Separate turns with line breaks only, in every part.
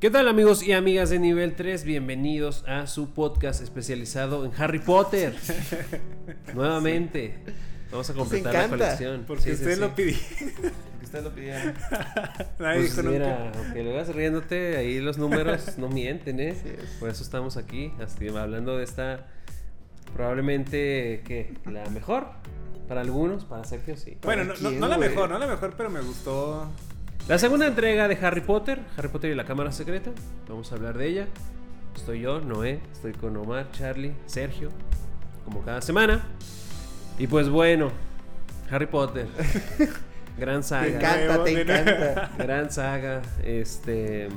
¿Qué tal amigos y amigas de nivel 3? Bienvenidos a su podcast especializado en Harry Potter. Nuevamente. Vamos a completar la
encanta,
colección.
Porque
Sí, sí,
ustedes
sí.
lo pidieron.
Porque ustedes lo pidieron.
Nadie
Pues
dijo nunca.
mira, aunque lo hagas riéndote, ahí los números no mienten, ¿eh?
Así es.
Por eso estamos aquí, así, hablando de esta probablemente que la mejor para algunos, para Sergio sí.
Bueno, no, no-
quién,
no la
güey?
mejor, no la mejor, pero me gustó.
La segunda entrega de Harry Potter, Harry Potter y la Cámara Secreta. Vamos a hablar de ella. Estoy yo, Noé, estoy con Omar, Charlie, Sergio, como cada semana. Y pues bueno, Harry Potter. gran
Me
saga.
encanta,
nuevo,
te
de nuevo.
encanta.
Gran saga. Este.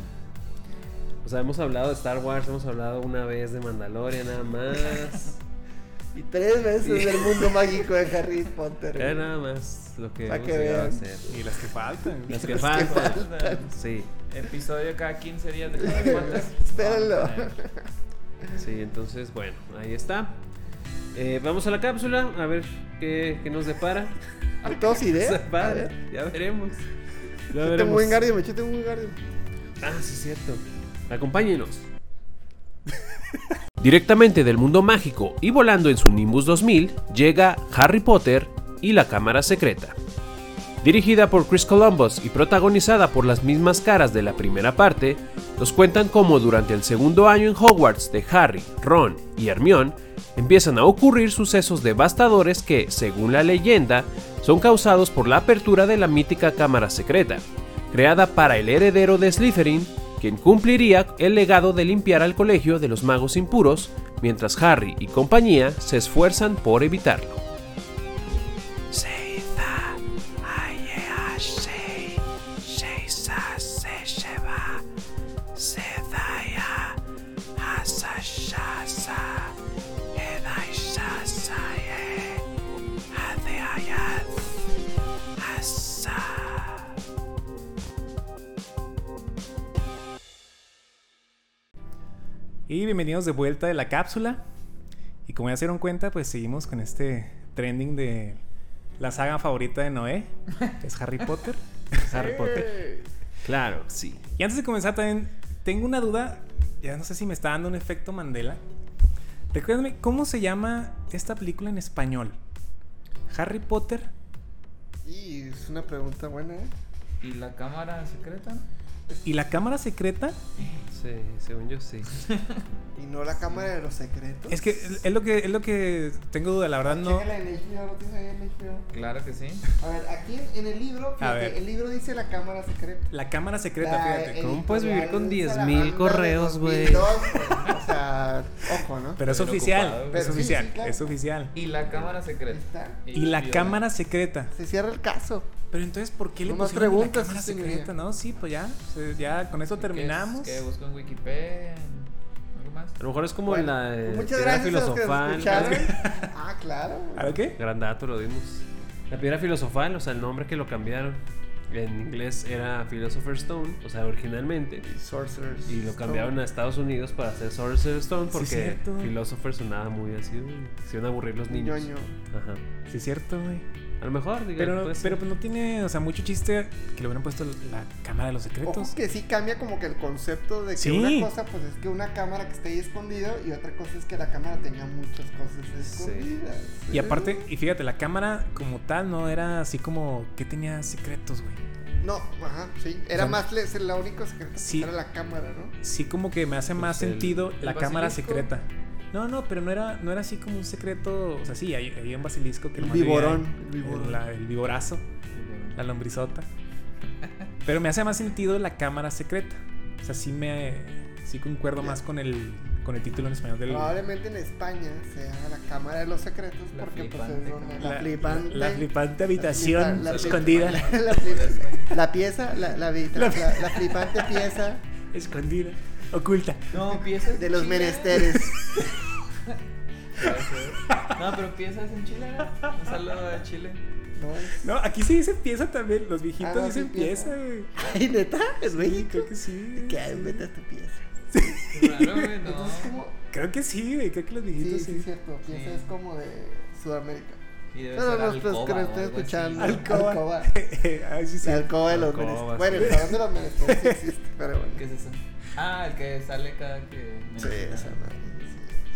O sea, hemos hablado de Star Wars, hemos hablado una vez de Mandalorian nada más.
Y tres veces del mundo mágico de Harry Potter.
Ya
güey.
nada más lo que
Pa'
hemos
que
llegado a
vean.
hacer.
Y las que faltan.
Las que
que
faltan.
faltan.
Sí,
Episodio cada 15 días de Harry Potter.
Espérenlo.
Ah,
Vamos a tener.
sí, entonces, bueno, ahí está. Eh, vamos a la cápsula a ver qué, qué nos depara.
Todos iré.
Está padre, ya veremos. Ya
Chete un
veremos.
buen guardia, me chete un buen guardia.
Ah, sí, es cierto. Acompáñenos. Directamente del mundo mágico y volando en su Nimbus 2000, llega Harry Potter y la Cámara Secreta. Dirigida por Chris Columbus y protagonizada por las mismas caras de la primera parte, nos cuentan cómo durante el segundo año en Hogwarts de Harry, Ron y Hermione empiezan a ocurrir sucesos devastadores que, según la leyenda, son causados por la apertura de la mítica Cámara Secreta, creada para el heredero de Slytherin, quien cumpliría el legado de limpiar al colegio de los magos impuros, mientras Harry y compañía se esfuerzan por evitarlo. Seiza, ayea, sei, seisa, se sheva, sedaya, asashasa, edaisasae, adeayaz, asa.
Y bienvenidos de vuelta de la cápsula. Y como ya se dieron cuenta, pues seguimos con este trending de la saga favorita de Noé, que es Harry Potter. Harry Potter.
Claro, sí.
Y antes de comenzar también, tengo una duda, ya no sé si me está dando un efecto Mandela. Recuérdame, ¿cómo se llama esta película en español? Harry Potter.
Y es una pregunta buena, ¿eh?
¿Y la cámara secreta?
¿Y la cámara secreta?
Sí, según yo sí.
Y no la cámara de los secretos.
Es que es lo que, es lo que tengo duda, la verdad no.
Chécala en el HBO, ¿lo tienes ahí en el HBO?
Claro que sí.
A ver, aquí en- en el libro, fíjate,
ver.
el libro dice la cámara secreta.
La cámara secreta,
La-
fíjate.
el
¿Cómo puedes vivir
editorial
con
de
10,000
Salamanca
correos,
de
güey?
2002, güey. O sea, ojo, ¿no?
Pero es
Pero
oficial,
ocupado, güey.
es
Pero sí,
oficial,
sí, claro.
es oficial.
¿Y la cámara
Ahí
secreta?
está.
Y la
viola.
cámara secreta.
Se cierra el caso.
Pero entonces, ¿por qué le
No más
pusieron la
preguntas,
cámara
sí, señoría.
secreta? No, sí, pues ya, o sea, ya con eso
¿Qué es?
terminamos.
¿Qué busco en Wikipedia? ¿Algo más?
A lo mejor es como
Bueno,
la de
pues muchas
piedra
gracias a
filosofal.
los que nos escucharon. ah, claro. güey.
¿A ver qué?
Gran dato, lo dimos. La piedra filosofal, o sea, el nombre que lo cambiaron en inglés era Philosopher's Stone, o sea, originalmente.
Sorcerers.
Y lo cambiaron a Estados Unidos para hacer Sorcerer's Stone
Sí,
porque
cierto.
Philosopher sonaba muy así, uy, se iban a aburrir los niños.
Ñoño.
Ajá.
Sí, es cierto, güey.
A lo mejor, diga,
Pero,
pues,
pero pues no tiene, o sea, mucho chiste que le hubieran puesto la cámara de los
Ojo
secretos.
que sí cambia como que el concepto de que
Sí.
una cosa pues es que una cámara que esté ahí escondida y otra cosa es que la cámara tenía muchas cosas escondidas.
Y aparte, y fíjate, la cámara como tal no era así como que tenía secretos, güey.
No, ajá, sí. Era
O sea,
más le- la única secreta que
sí.
era la cámara, ¿no?
Sí como que me hace
Pues
más
el-
sentido
el
la cámara
basilisco.
secreta. No, no, pero no era, no era así como un secreto, o sea, sí, hay, hay un basilisco que
El
nomás vivía
viborón,
ahí,
el viborón.
la- el viborazo. La lombrizota. Pero me hace más sentido la cámara secreta. O sea, sí me. Sí concuerdo más con el, con el título en español del.
Probablemente en España sea la cámara de los secretos
La
porque pues es
flipante
donde
cámara.
la, flipante
la flipante
la
habitación
flipa- la
escondida.
flipa- La, la flipa- la pieza, la, la, habita-
La-
la- la flipante pieza
Escondida. Oculta.
No, piezas
de los
chilenas.
menesteres.
No, pero piezas en Chile. Un saludo de Chile.
¿no?
No, aquí se dice pieza también. Los viejitos
Ah, no, sí,
dicen pieza,
pieza.
güey.
Ay, neta, es
Sí,
México.
creo que sí.
Que
sí.
ay, vete a tu pieza.
Raro, güey, no.
Entonces, como.
Creo que sí, güey. Creo que los
Sí,
viejitos
sí,
sí.
es cierto. Pieza
Sí.
es como de Sudamérica.
Y debe
Pero
ser
los pues, que lo
alcoba o
estén
algo así.
escuchando.
Alcoba.
Alcoba.
Ay, sí, sí.
La alcoba de los
Alcoba,
menesteres. Bueno,
sí.
el salón de los menesteres sí existe, pero bueno.
¿Qué es eso? Ah, el que sale cada que.
Sí, esa madre.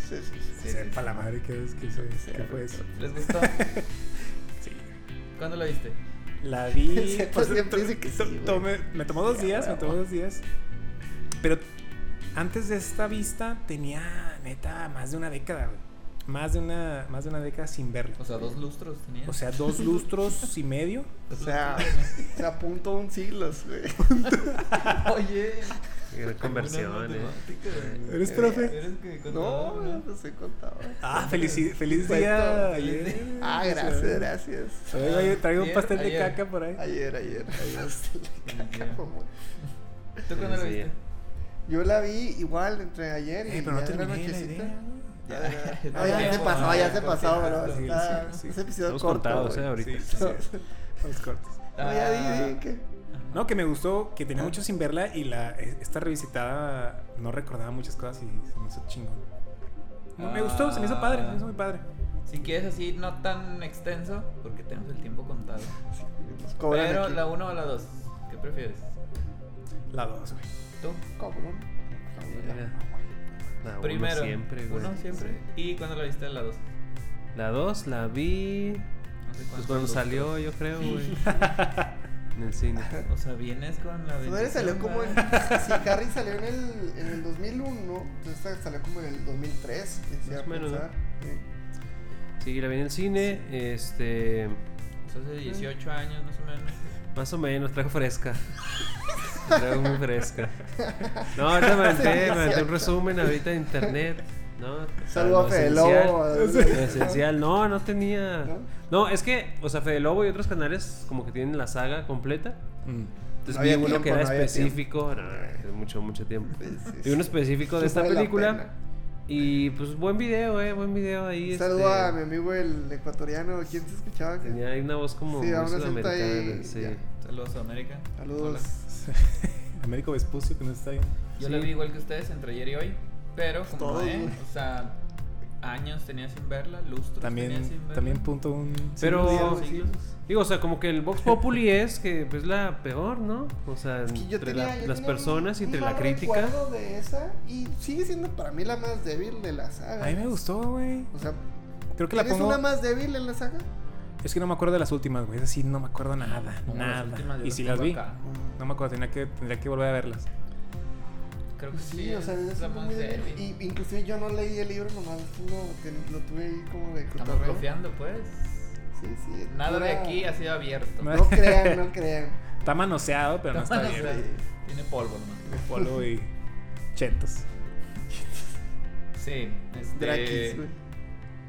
Sí, sí, sí.
Sí, sí,
Sepa
sí.
la madre que es, que eso es, que fue eso.
¿Les gustó?
Sí.
¿Cuándo lo viste?
La vi. pues,
Siempre- siempre dice que
to-
sí, güey.
tomé- me tomó dos
Sí,
días, me
huevo.
tomó dos días. Pero antes de esta vista tenía, neta, más de una década, güey. Más de una, más de una década sin verla.
O sea, dos lustros tenía.
O sea, dos lustros y medio.
O sea, se apuntó un siglo, güey.
oye.
Gran conversión, eh.
¿Eres
profe?
¿Eres que contador,
No, yo no soy contador.
Ah, felici- feliz
Fue
día.
todo,
feliz
ayer.
día.
Ah, gracias, gracias.
Traigo, ahí- traigo un
Ayer,
pastel de
ayer.
caca por ahí.
Ayer, ayer. Caca, mamón.
¿Tú cuándo lo
Sí,
viste?
Yo la vi igual entre ayer y
Eh, pero no
ya era
terminé la
nochecita.
idea. Ah,
Ya, ya,
Ya, ya,
No, ya
ya,
se
ya,
pasó, ya
ya,
se
ya,
pasó,
ya,
bro.
ya,
sí,
Está-
sí, sí.
Ese episodio
Estamos
corto.
contados,
güey.
eh, ahorita.
Sí, sí, sí. Ah. Los cortos.
No, ya di,
Ah,
di, que-
No, que me gustó, que tenía mucho sin verla y la e- esta revisitada no recordaba muchas cosas y se me hizo chingón. Me- Me gustó, se me hizo padre, se me hizo muy padre.
Si quieres así, no tan extenso, porque tenemos el tiempo contado.
Nos cobran
Pero
aquí.
la 1 o la 2, ¿qué prefieres?
La dos, güey.
¿Tú?
Cabrón.
Mira. La uno
Primero.
siempre, güey.
Uno siempre. ¿Y cuándo la viste la 2?
La 2 la vi. Pues cuando salió, yo creo, güey. en el cine.
O sea, vienes con la
Madre salió
bendición,
como en.
¿verdad?
Si Harry salió en el, en el 2001, entonces salió como en el 2003. quisiera
Más o menos, ¿no?
pensar. Sí.
Sí, la vi en el cine. Este.
O sea, hace 18 años más o menos.
Más o menos, traigo fresca. traigo muy fresca. No, ahorita me aventé, me aventé un resumen ahorita de internet. No,
Saludo a
Lo
Fede
esencial.
Lobo. a-
Lo esencial, no, no tenía.
¿No?
¿No? es que, o sea, Fede Lobo y otros canales como que tienen la saga completa.
Mm.
Entonces
No
vi
había
uno
tiempo,
que era
no había
específico. No, no, no, mucho, mucho tiempo.
Sí, sí,
Vi uno
sí.
específico
Sí
de esta
vale la
película.
pena.
Y pues buen video, eh, buen video ahí.
Saludo
este,
a mi amigo el ecuatoriano. ¿Quién se escuchaba?
Tenía ahí una voz como
Sí,
muy
a un acento
sudamericana.
ahí,
sí.
ya.
Saludos a América.
Saludos.
Hola.
Américo Vespucio que no está ahí.
Yo
Sí.
la vi igual que ustedes entre ayer y hoy, pero como
Pues Todos,
eh,
güey.
o sea, años tenía sin verla, lustros tenía sin
También,
verla.
también punto un.
Pero-
Siglos,
Sí.
siglos.
Digo, o sea, como que el Vox Populi es que es la peor, ¿no? O sea,
Es que yo
entre
tenía-
la-
yo
las
tenía
personas y
un-
entre
un
la
mal
crítica.
recuerdo de esa y sigue siendo para mí la más débil de la saga.
A mí me gustó, güey.
O sea,
Creo que la
¿tienes
pongo.
una más débil en la saga?
Es que no me acuerdo de las últimas, güey. Es así, no me acuerdo nada.
Como las últimas,
Nada.
yo
Y si las
tengo
vi,
acá.
no me acuerdo. Tenía que, tendría que volver a verlas.
Creo que
Pues
sí,
sí, o sea,
es
es
la más
muy débil.
débil.
Y, inclusive yo no leí el libro, nomás lo, lo tuve ahí como de
Estamos
cotorreo.
confiando, pues.
Sí, sí.
Nada de
pura-
aquí ha sido abierto.
No,
No crean, no crean.
Está manoseado, pero no está
Bueno, o
bien.
sea, Tiene polvo nomás.
De polvo y chetos.
Sí, este,
Drakis, güey.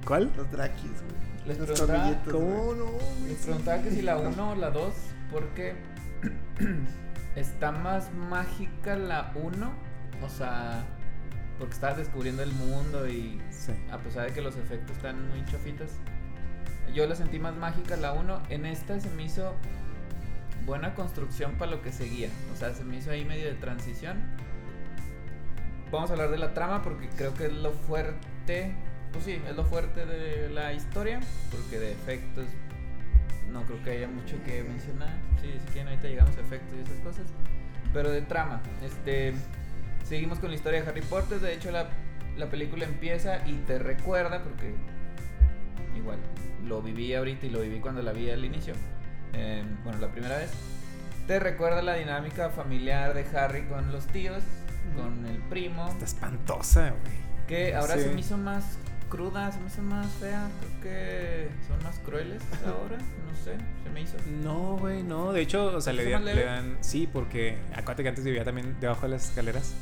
¿Cuál?
Los Drakis, güey.
Les
Los
preguntaba-
tornillitos,
¿Cómo
güey.
no?
Me preguntaba que si la 1 o la 2, porque está más mágica la 1, o sea, porque estás descubriendo el mundo y
Sí.
a pesar de que los efectos están muy chafitas, yo la sentí más mágica la 1. En esta se me hizo buena construcción para lo que seguía, o sea, se me hizo ahí medio de transición. Vamos a hablar de la trama porque creo que es lo fuerte, pues sí, es lo fuerte de la historia, porque de efectos no creo que haya mucho que mencionar. Sí, si quieren ahorita llegamos a efectos y esas cosas. Pero de trama, este seguimos con la historia de Harry Potter, de hecho la, la película empieza y te recuerda porque igual lo viví ahorita y lo viví cuando la vi al inicio. eh, bueno, la primera vez. Te recuerda la dinámica familiar de Harry con los tíos, con el primo.
Está espantosa, güey.
Que ahora
Sí.
se me hizo más cruda, se me hizo más fea, creo que son más crueles ahora, no sé, se me hizo.
No, güey, no. De hecho, o sea, le,
¿Está
da-
más
le
leve?
dan. Sí, porque acuérdate que antes vivía también debajo de las escaleras.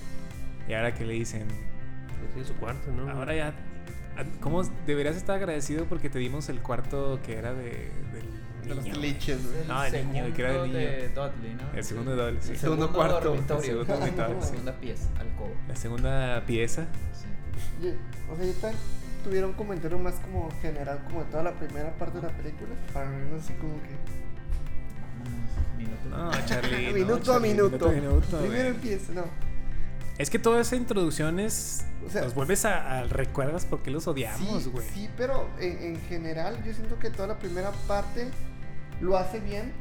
Y ahora que le dicen.
Tiene pues, su cuarto, ¿no?
Ahora ya. a- ¿Cómo deberías estar agradecido porque te dimos el cuarto que era de, del
De los
niño?
liches, güey.
El
No, Ah, el niño, el que era del
segundo
niño.
de Dudley, ¿no?
El segundo de Dudley, sí.
El
Segundo
segundo
cuarto.
dormitorio.
El segundo dormitorio,
La
sí.
segunda pieza, alcoba.
La segunda pieza.
Sí.
Ye- O sea, yo tan- tuviera un comentario más como general, como de toda la primera parte de la película. Para mí no así como que.
Vámonos, minuto.
No, Charlie. no,
minuto a
Charlie,
minuto.
Minuto a minuto.
Primero
güey.
empieza, no.
Es que toda esa introducción es.
O sea-
los vuelves a, a- recuerdas por qué los odiamos,
sí,
güey.
sí, pero en, en general yo siento que toda la primera parte lo hace bien.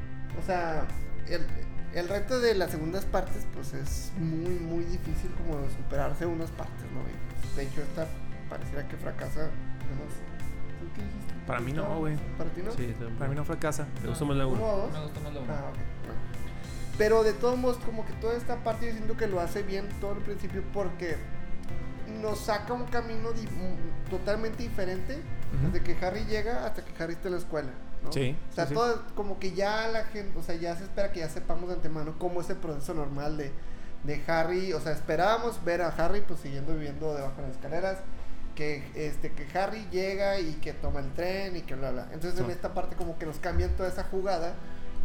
O sea, el, el reto de las segundas partes pues es muy, muy difícil como de superarse unas partes, ¿no? Y, pues, de hecho, esta pareciera que fracasa. Además, ¿tú qué dijiste?
Para mí no, güey.
¿Para ti no?
Sí,
Para mí no fracasa.
Me gustó más la
¿Uno
1.
o dos?
Me gustó más la uno.
Ah, ok, bueno. Pero de todos modos, como que toda esta parte yo siento que lo hace bien todo el principio porque nos saca un camino di- mm, totalmente diferente
Ujú.
desde que Harry llega hasta que Harry está en la escuela. ¿no?
Sí,
O sea,
sí, sí.
todo como que ya la gente, o sea, ya se espera que ya sepamos de antemano cómo es el proceso normal de, de Harry. O sea, esperábamos ver a Harry pues siguiendo viviendo debajo de las escaleras. Que, este, que Harry llega y que toma el tren y que bla bla. Entonces en
Sí.
esta parte como que nos cambian toda esa jugada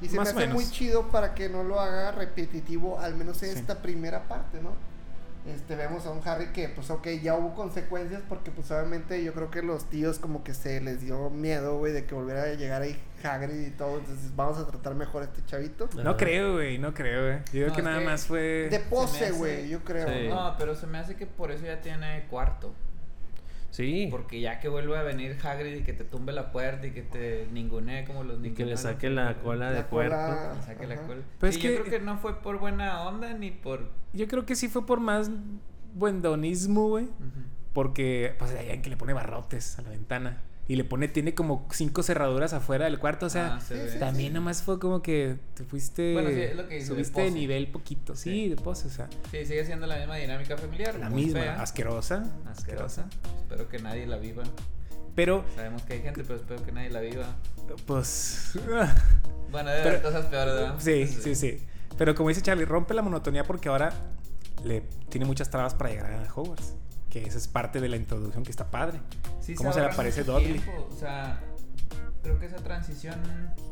y se
Más o
me hace muy
menos.
chido para que no lo haga repetitivo, al menos en
Sí.
esta primera parte, ¿no? Este, vemos a un Harry que, pues, ok, ya hubo consecuencias porque, pues, obviamente yo creo que los tíos como que se les dio miedo, güey, de que volviera a llegar ahí Hagrid y todo, entonces vamos a tratar mejor a este chavito.
Ah.
No creo, güey, no creo, güey. Yo creo
No,
que
es
nada
que
más fue.
De pose,
hace- Ah,
güey, yo creo.
Sí.
¿no?
No, pero se me hace que por eso ya tiene cuarto.
Sí.
Porque ya que vuelve a venir Hagrid y que te tumbe la puerta y que te ningunee como
Y
los
que le
ninguneados.
saque la cola de
La cola.
puerco.
Le saque la
Ajá.
cola.
Pero
Sí,
es
yo
que-
creo que no fue por buena onda ni por...
Yo creo que sí fue por más buendonismo, güey.
Ujú.
Porque, pues, hay alguien que le pone barrotes a la ventana. Y le pone, tiene como cinco cerraduras afuera del cuarto. O sea,
Ah, se
sí,
ve.
sí,
también nomás fue como que te fuiste.
Bueno, sí, es lo que dice, de
subiste de,
pose.
nivel poquito. Sí,
Sí.
de pose, o sea.
Sí, sigue siendo la misma dinámica familiar.
La
muy
misma,
fea,
asquerosa.
asquerosa. Espero que nadie la viva.
Pero,
Sabemos que hay gente, pero espero que nadie la viva.
pues.
Bueno, debe haber
Pero-
cosas peores, ¿verdad?
sí, sí, sí. Pero como dice Charlie, rompe la monotonía porque ahora le tiene muchas trabas para llegar a Hogwarts. Que esa es parte de la introducción que está padre.
Sí
¿Cómo se le
ahorran
aparece
mucho
Dudley?
tiempo, O sea, creo que esa transición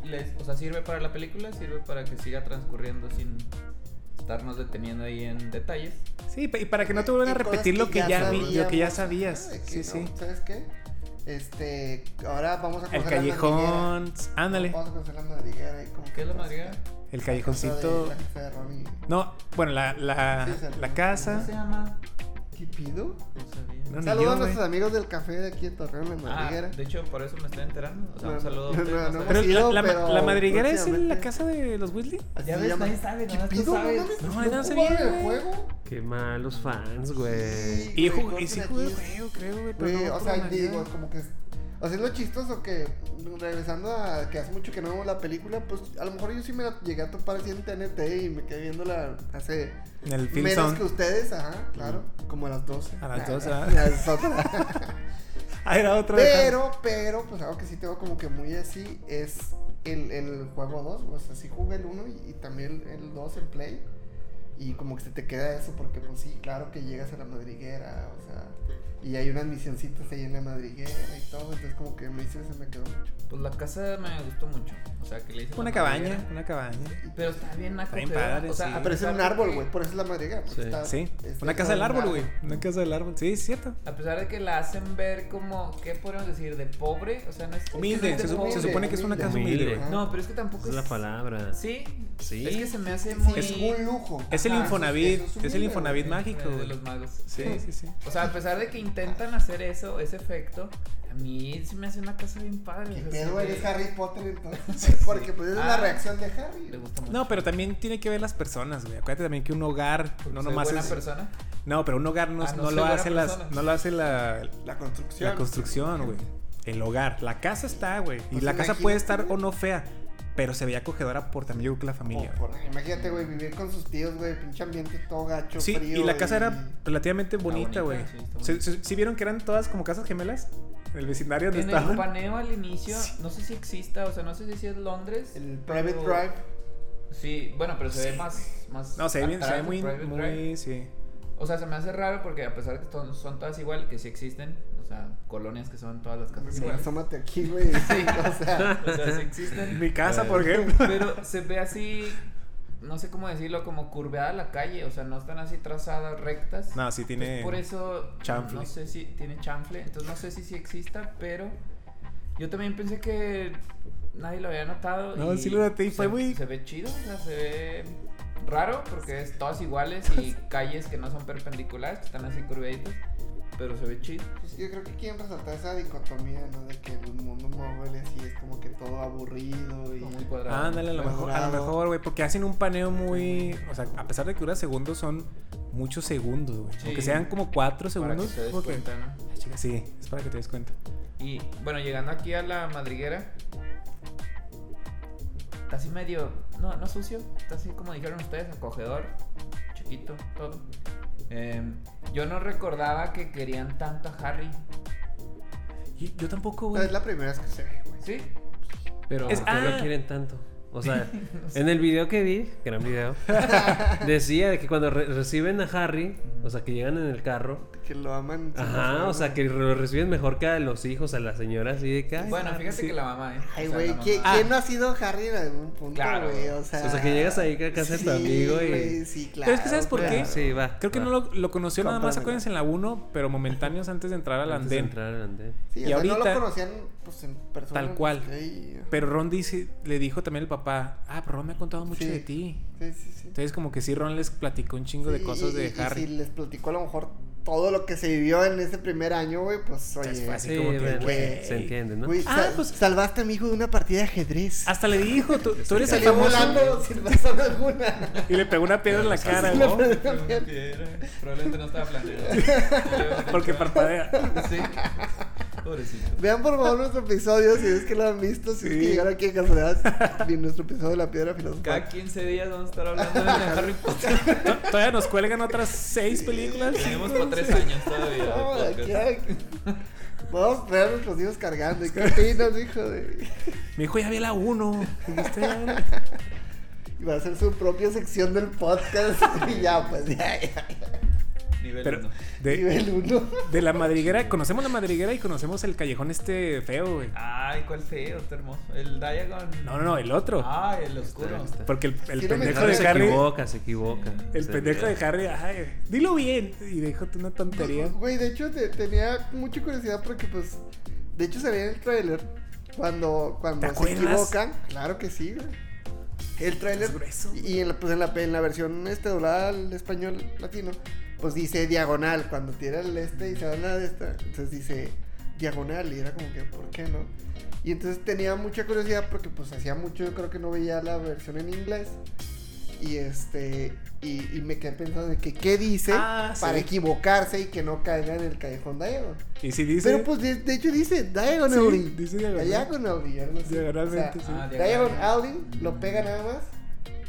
les, o sea, sirve para la película, sirve para que siga transcurriendo sin estarnos deteniendo ahí en detalles.
Sí, pa- y para que no te vuelvan a
Y cosas
repetir lo que ya, vi- lo que ya
sabíamos,
sabías.
ajá, de que
Sí, sí.
no, pues, ¿Sabes qué? Este, ahora vamos a
El
conocer la madriguera.
callejón. tss, Ándale.
Vamos a conocer la madriguera y como
¿Qué es la
todo
madriguera?
está-
El
La
callejoncito.
casa de- la casa de Ron y-
No, bueno, la, la,
Sí, o sea,
la
¿Cómo se
casa.
llama?
¿Qué pido?
No sabía.
No,
Saludos
ni yo,
a nuestros
güey.
amigos del café de aquí en Torreón, la
Ah,
madriguera.
de hecho, por eso me estoy enterando. O sea,
No,
un saludo. a
no,
ustedes,
no,
sé.
no.
Pero
Conocido,
la, la-
pero
la madriguera es en la
próximamente.
casa de los Weasley.
Así
Ya
se
ves,
llama.
nadie sabe, nomás tú
¿Qué pido?
sabes.
mames,
No, nadie
¿no
sabía,
jugaron el
güey.
juego?
Qué malos fans,
Sí,
güey.
güey,
Y, jug- y
corten
sí
aquí.
jugué el juego, creo, güey. pero
Güey,
no
o
me acuerdo
sea,
la
digo,
neta.
como que es- o sea, es lo chistoso que regresando a que hace mucho que no vemos la película, pues a lo mejor yo sí me la llegué a topar así en TNT y me quedé viéndola hace
En el film
menos
sound.
que ustedes, ajá, claro, como a las 12.
A las 12,
Ah,
¿verdad?
a las 12.
Ah, era otro.
Pero, pero, pues algo que sí tengo como que muy así es el, el juego 2. O sea, sí jugué el 1 y, y también el 2 en Play. Y como que se te queda eso, porque pues sí, claro que llegas a la madriguera, o sea, y hay unas misioncitas ahí en la madriguera y todo. Entonces, como que me hice, se me quedó mucho.
Pues la casa me gustó mucho. O sea, que le hice
Una cabaña, una cabaña.
Pero está bien
Está
naco.
bien
que era.
padre,
o sea,
sí.
a
Ah, pero es
pesar
un
de
árbol,
que-
güey, por eso es la madriguera. porque
Sí.
está-
Sí,
está
una casa del
hecha de un
árbol, güey. Una casa del árbol. Sí, es cierto.
A pesar de que la hacen ver como, ¿qué podríamos decir? ¿De pobre? O sea, no es...
Humilde,
es que
se, supo-
no es de
se
pobre.
supone que es una casa
Humilde.
humilde, güey.
Ajá.
No, pero es que tampoco
Esa es la palabra.
Sí.
Sí.
Es que se me hace
Sí,
muy... eh,
es un lujo.
Es el
Ajá,
Infonavit,
eso
es el
humilde,
Infonavit
güey.
mágico,
De
güey.
los magos.
Sí, sí, sí.
O sea, a pesar de que intentan hacer eso, ese efecto, a mí se me hace una casa bien padre.
¿Qué
o sea,
pedo
sí,
eres
le-
Harry Potter entonces? Porque pues es la
Ah.
reacción de Harry.
Le gusta mucho.
No, pero también tiene que ver las personas, güey. Acuérdate también que un hogar
Porque
no
soy
nomás
buena
es-
persona.
No, pero un hogar no,
Ah, no
no
soy
lo
buena
hace las,
persona.
no lo hace la,
La construcción.
la construcción, güey. El hogar, la casa está, güey. Y
Pues
la casa puede
imagínate,
estar o
güey.
no fea, pero se veía acogedora por también yo creo que la familia.
Por- por- imagínate, güey, vivir con sus tíos, güey, pinche ambiente todo gacho,
Sí,
frío.
y la casa era relativamente bonita,
bonita,
güey.
sí, está
¿Sí,
bonita.
sí- sí vieron que eran todas como casas gemelas? El vecindario donde
En el
estaban.
paneo al inicio,
Sí.
no sé si exista, o sea, no sé si es Londres.
El private
pero-
drive.
Sí, bueno, pero se
Sí.
ve más, más.
No, se ve, bien, se ve
atrás,
muy,
Private Drive.
muy, sí.
O sea, se me hace raro porque a pesar de que son, son todas igual, que sí existen, o sea, colonias que son todas las casas
Güey,
iguales.
Asómate aquí, güey.
Sí.
o sea,
O sea, sí existen.
Mi
Eh.
casa, por
Pero-
ejemplo.
Pero se ve así, no sé cómo decirlo, como curveada la calle, o sea, no están así trazadas rectas.
No, sí
Entonces,
tiene.
Pues por eso
chanfle.
no sé si tiene chanfle, entonces no sé si sí exista, pero yo también pensé que nadie lo había notado
No,
y
sí lo noté y
se-
fue muy-
se ve chido, o sea, se ve raro porque es todas iguales y calles que no son perpendiculares, que están así curvaditas, pero se ve chido.
Pues yo creo que quieren resaltar esa dicotomía, ¿no? De que el mundo móvil así es como que todo aburrido y...
como muy cuadrado.
Ándale, Ah, a lo mejor, a lo
Mejorado.
mejor, güey, porque hacen un paneo muy, o sea, a pesar de que dura segundos, son muchos segundos, güey.
Sí.
Aunque sean como cuatro
Para que
segundos,
te des
porque-
cuenta, ¿no?
Ah, chica, sí, es para que te des cuenta.
Y bueno, llegando aquí a la madriguera. Está así medio. No, no sucio. Está así como dijeron ustedes, acogedor. Chiquito, todo. Em, yo no recordaba que querían tanto a Harry.
Y- yo tampoco,
Pero
güey.
es la primera vez que se ve, güey.
¿Sí?
Pero
Es-
¿por qué
ah.
lo quieren tanto? O sea, en el video que vi, gran video, decía de que cuando re- reciben a Harry, o sea, que llegan en el carro,
Que lo aman. sin
ajá,
razón,
o sea, que lo reciben mejor que a los hijos, a la señora, así de que... ay,
pues, Bueno,
Harry,
fíjate
sí.
que la mamá, ¿eh?
Ay,
O sea,
güey,
la
¿quién,
mamá.
quién no ha sido Harry en algún punto,
Claro.
güey? O sea...
O sea, que llegas ahí a casa de tu amigo y-
güey, sí, claro.
es que ¿sabes por qué?
claro.
Sí, va.
Creo que
va.
no lo, lo conoció nada más,
Cómpramela.
acuérdense, en la 1, pero momentáneos antes de entrar al
Antes de
andén.
entrar al andén.
Sí,
Y
o sea, no
ahorita-
lo conocían pues, en persona.
Tal cual.
pues, ahí,
Pero Ron dice, le dijo también el papá, ah, pero Ron me ha contado mucho
Sí.
de ti.
Sí, sí, sí.
Entonces como que sí, Ron les platicó un chingo de
Sí,
cosas
y-
de
y- y
Harry.
si les platicó a lo mejor todo lo que se vivió en ese primer año, güey, pues oye.
Es fácil.
Sí,
como que,
bueno,
güey.
se entiende, ¿no?
güey,
Ah,
sal-
pues-
salvaste a mi hijo de una partida de ajedrez.
Hasta le dijo, tú, tú eres el
Salió
famoso.
volando sin razón alguna.
Y le pegó una piedra en la
Ah,
cara,
Le
¿no?
prendió
Pero
una
una
piedra.
piedra. Probablemente no estaba planeado.
Porque parpadea.
Sí. Pobrecito.
Vean por favor nuestro episodio, si es que lo han visto, si es que llegaron aquí en casualidad, vi nuestro episodio de la piedra
Cada
filosofal.
15 días vamos a estar hablando de Harry Potter.
To- Todavía nos cuelgan otras seis películas.
Tenemos por 3 años todavía. de
Vamos a
podcast.
Vamos a traer a nuestros hijos cargando. ¿Y qué opinas, hijo? De...
Mi hijo ya vi la uno. ¿viste?
Y va a hacer su propia sección del podcast. Y ya, pues, ya, ya.
Nivel
Pero
uno.
de,
Nivel 1.
de la madriguera, conocemos la madriguera y conocemos el callejón este feo, güey.
Ay, cuál feo, está hermoso. El Diagon.
No, no, no, el otro.
Ah, el oscuro.
Está-
Porque el, el
Sí, no me
pendejo
Harry
se
de Harry.
equivoca, se equivoca.
El
Se
pendejo de Harry, ay, dilo bien. Y dijo una tontería.
Pues, Güey, de hecho, te- tenía mucha curiosidad porque, pues, de hecho, se veía en el tráiler cuando, cuando
¿Te
se
acuerdas?
equivocan. Claro que sí, güey. El tráiler.
Es grueso,
Y en la, pues, en la, en la versión este, doblada al español latino, pues dice diagonal. Cuando tira el este y se van a esta, entonces dice diagonal. Y era como que, ¿por qué no? Y entonces tenía mucha curiosidad porque, pues, hacía mucho, yo creo que no veía la versión en inglés. Y este, y, y me quedé pensando de que, ¿qué dice
Ah, sí.
para equivocarse y que no caiga en el callejón Diagon?
Y si dice.
Pero pues de, de hecho dice Diagon Alley.
Sí, dice diagonal.
Diagon Alley, algo así.
Diagonalmente,
O sea,
sí.
Ah,
Diagon
diagonal.
Alley lo pega nada más.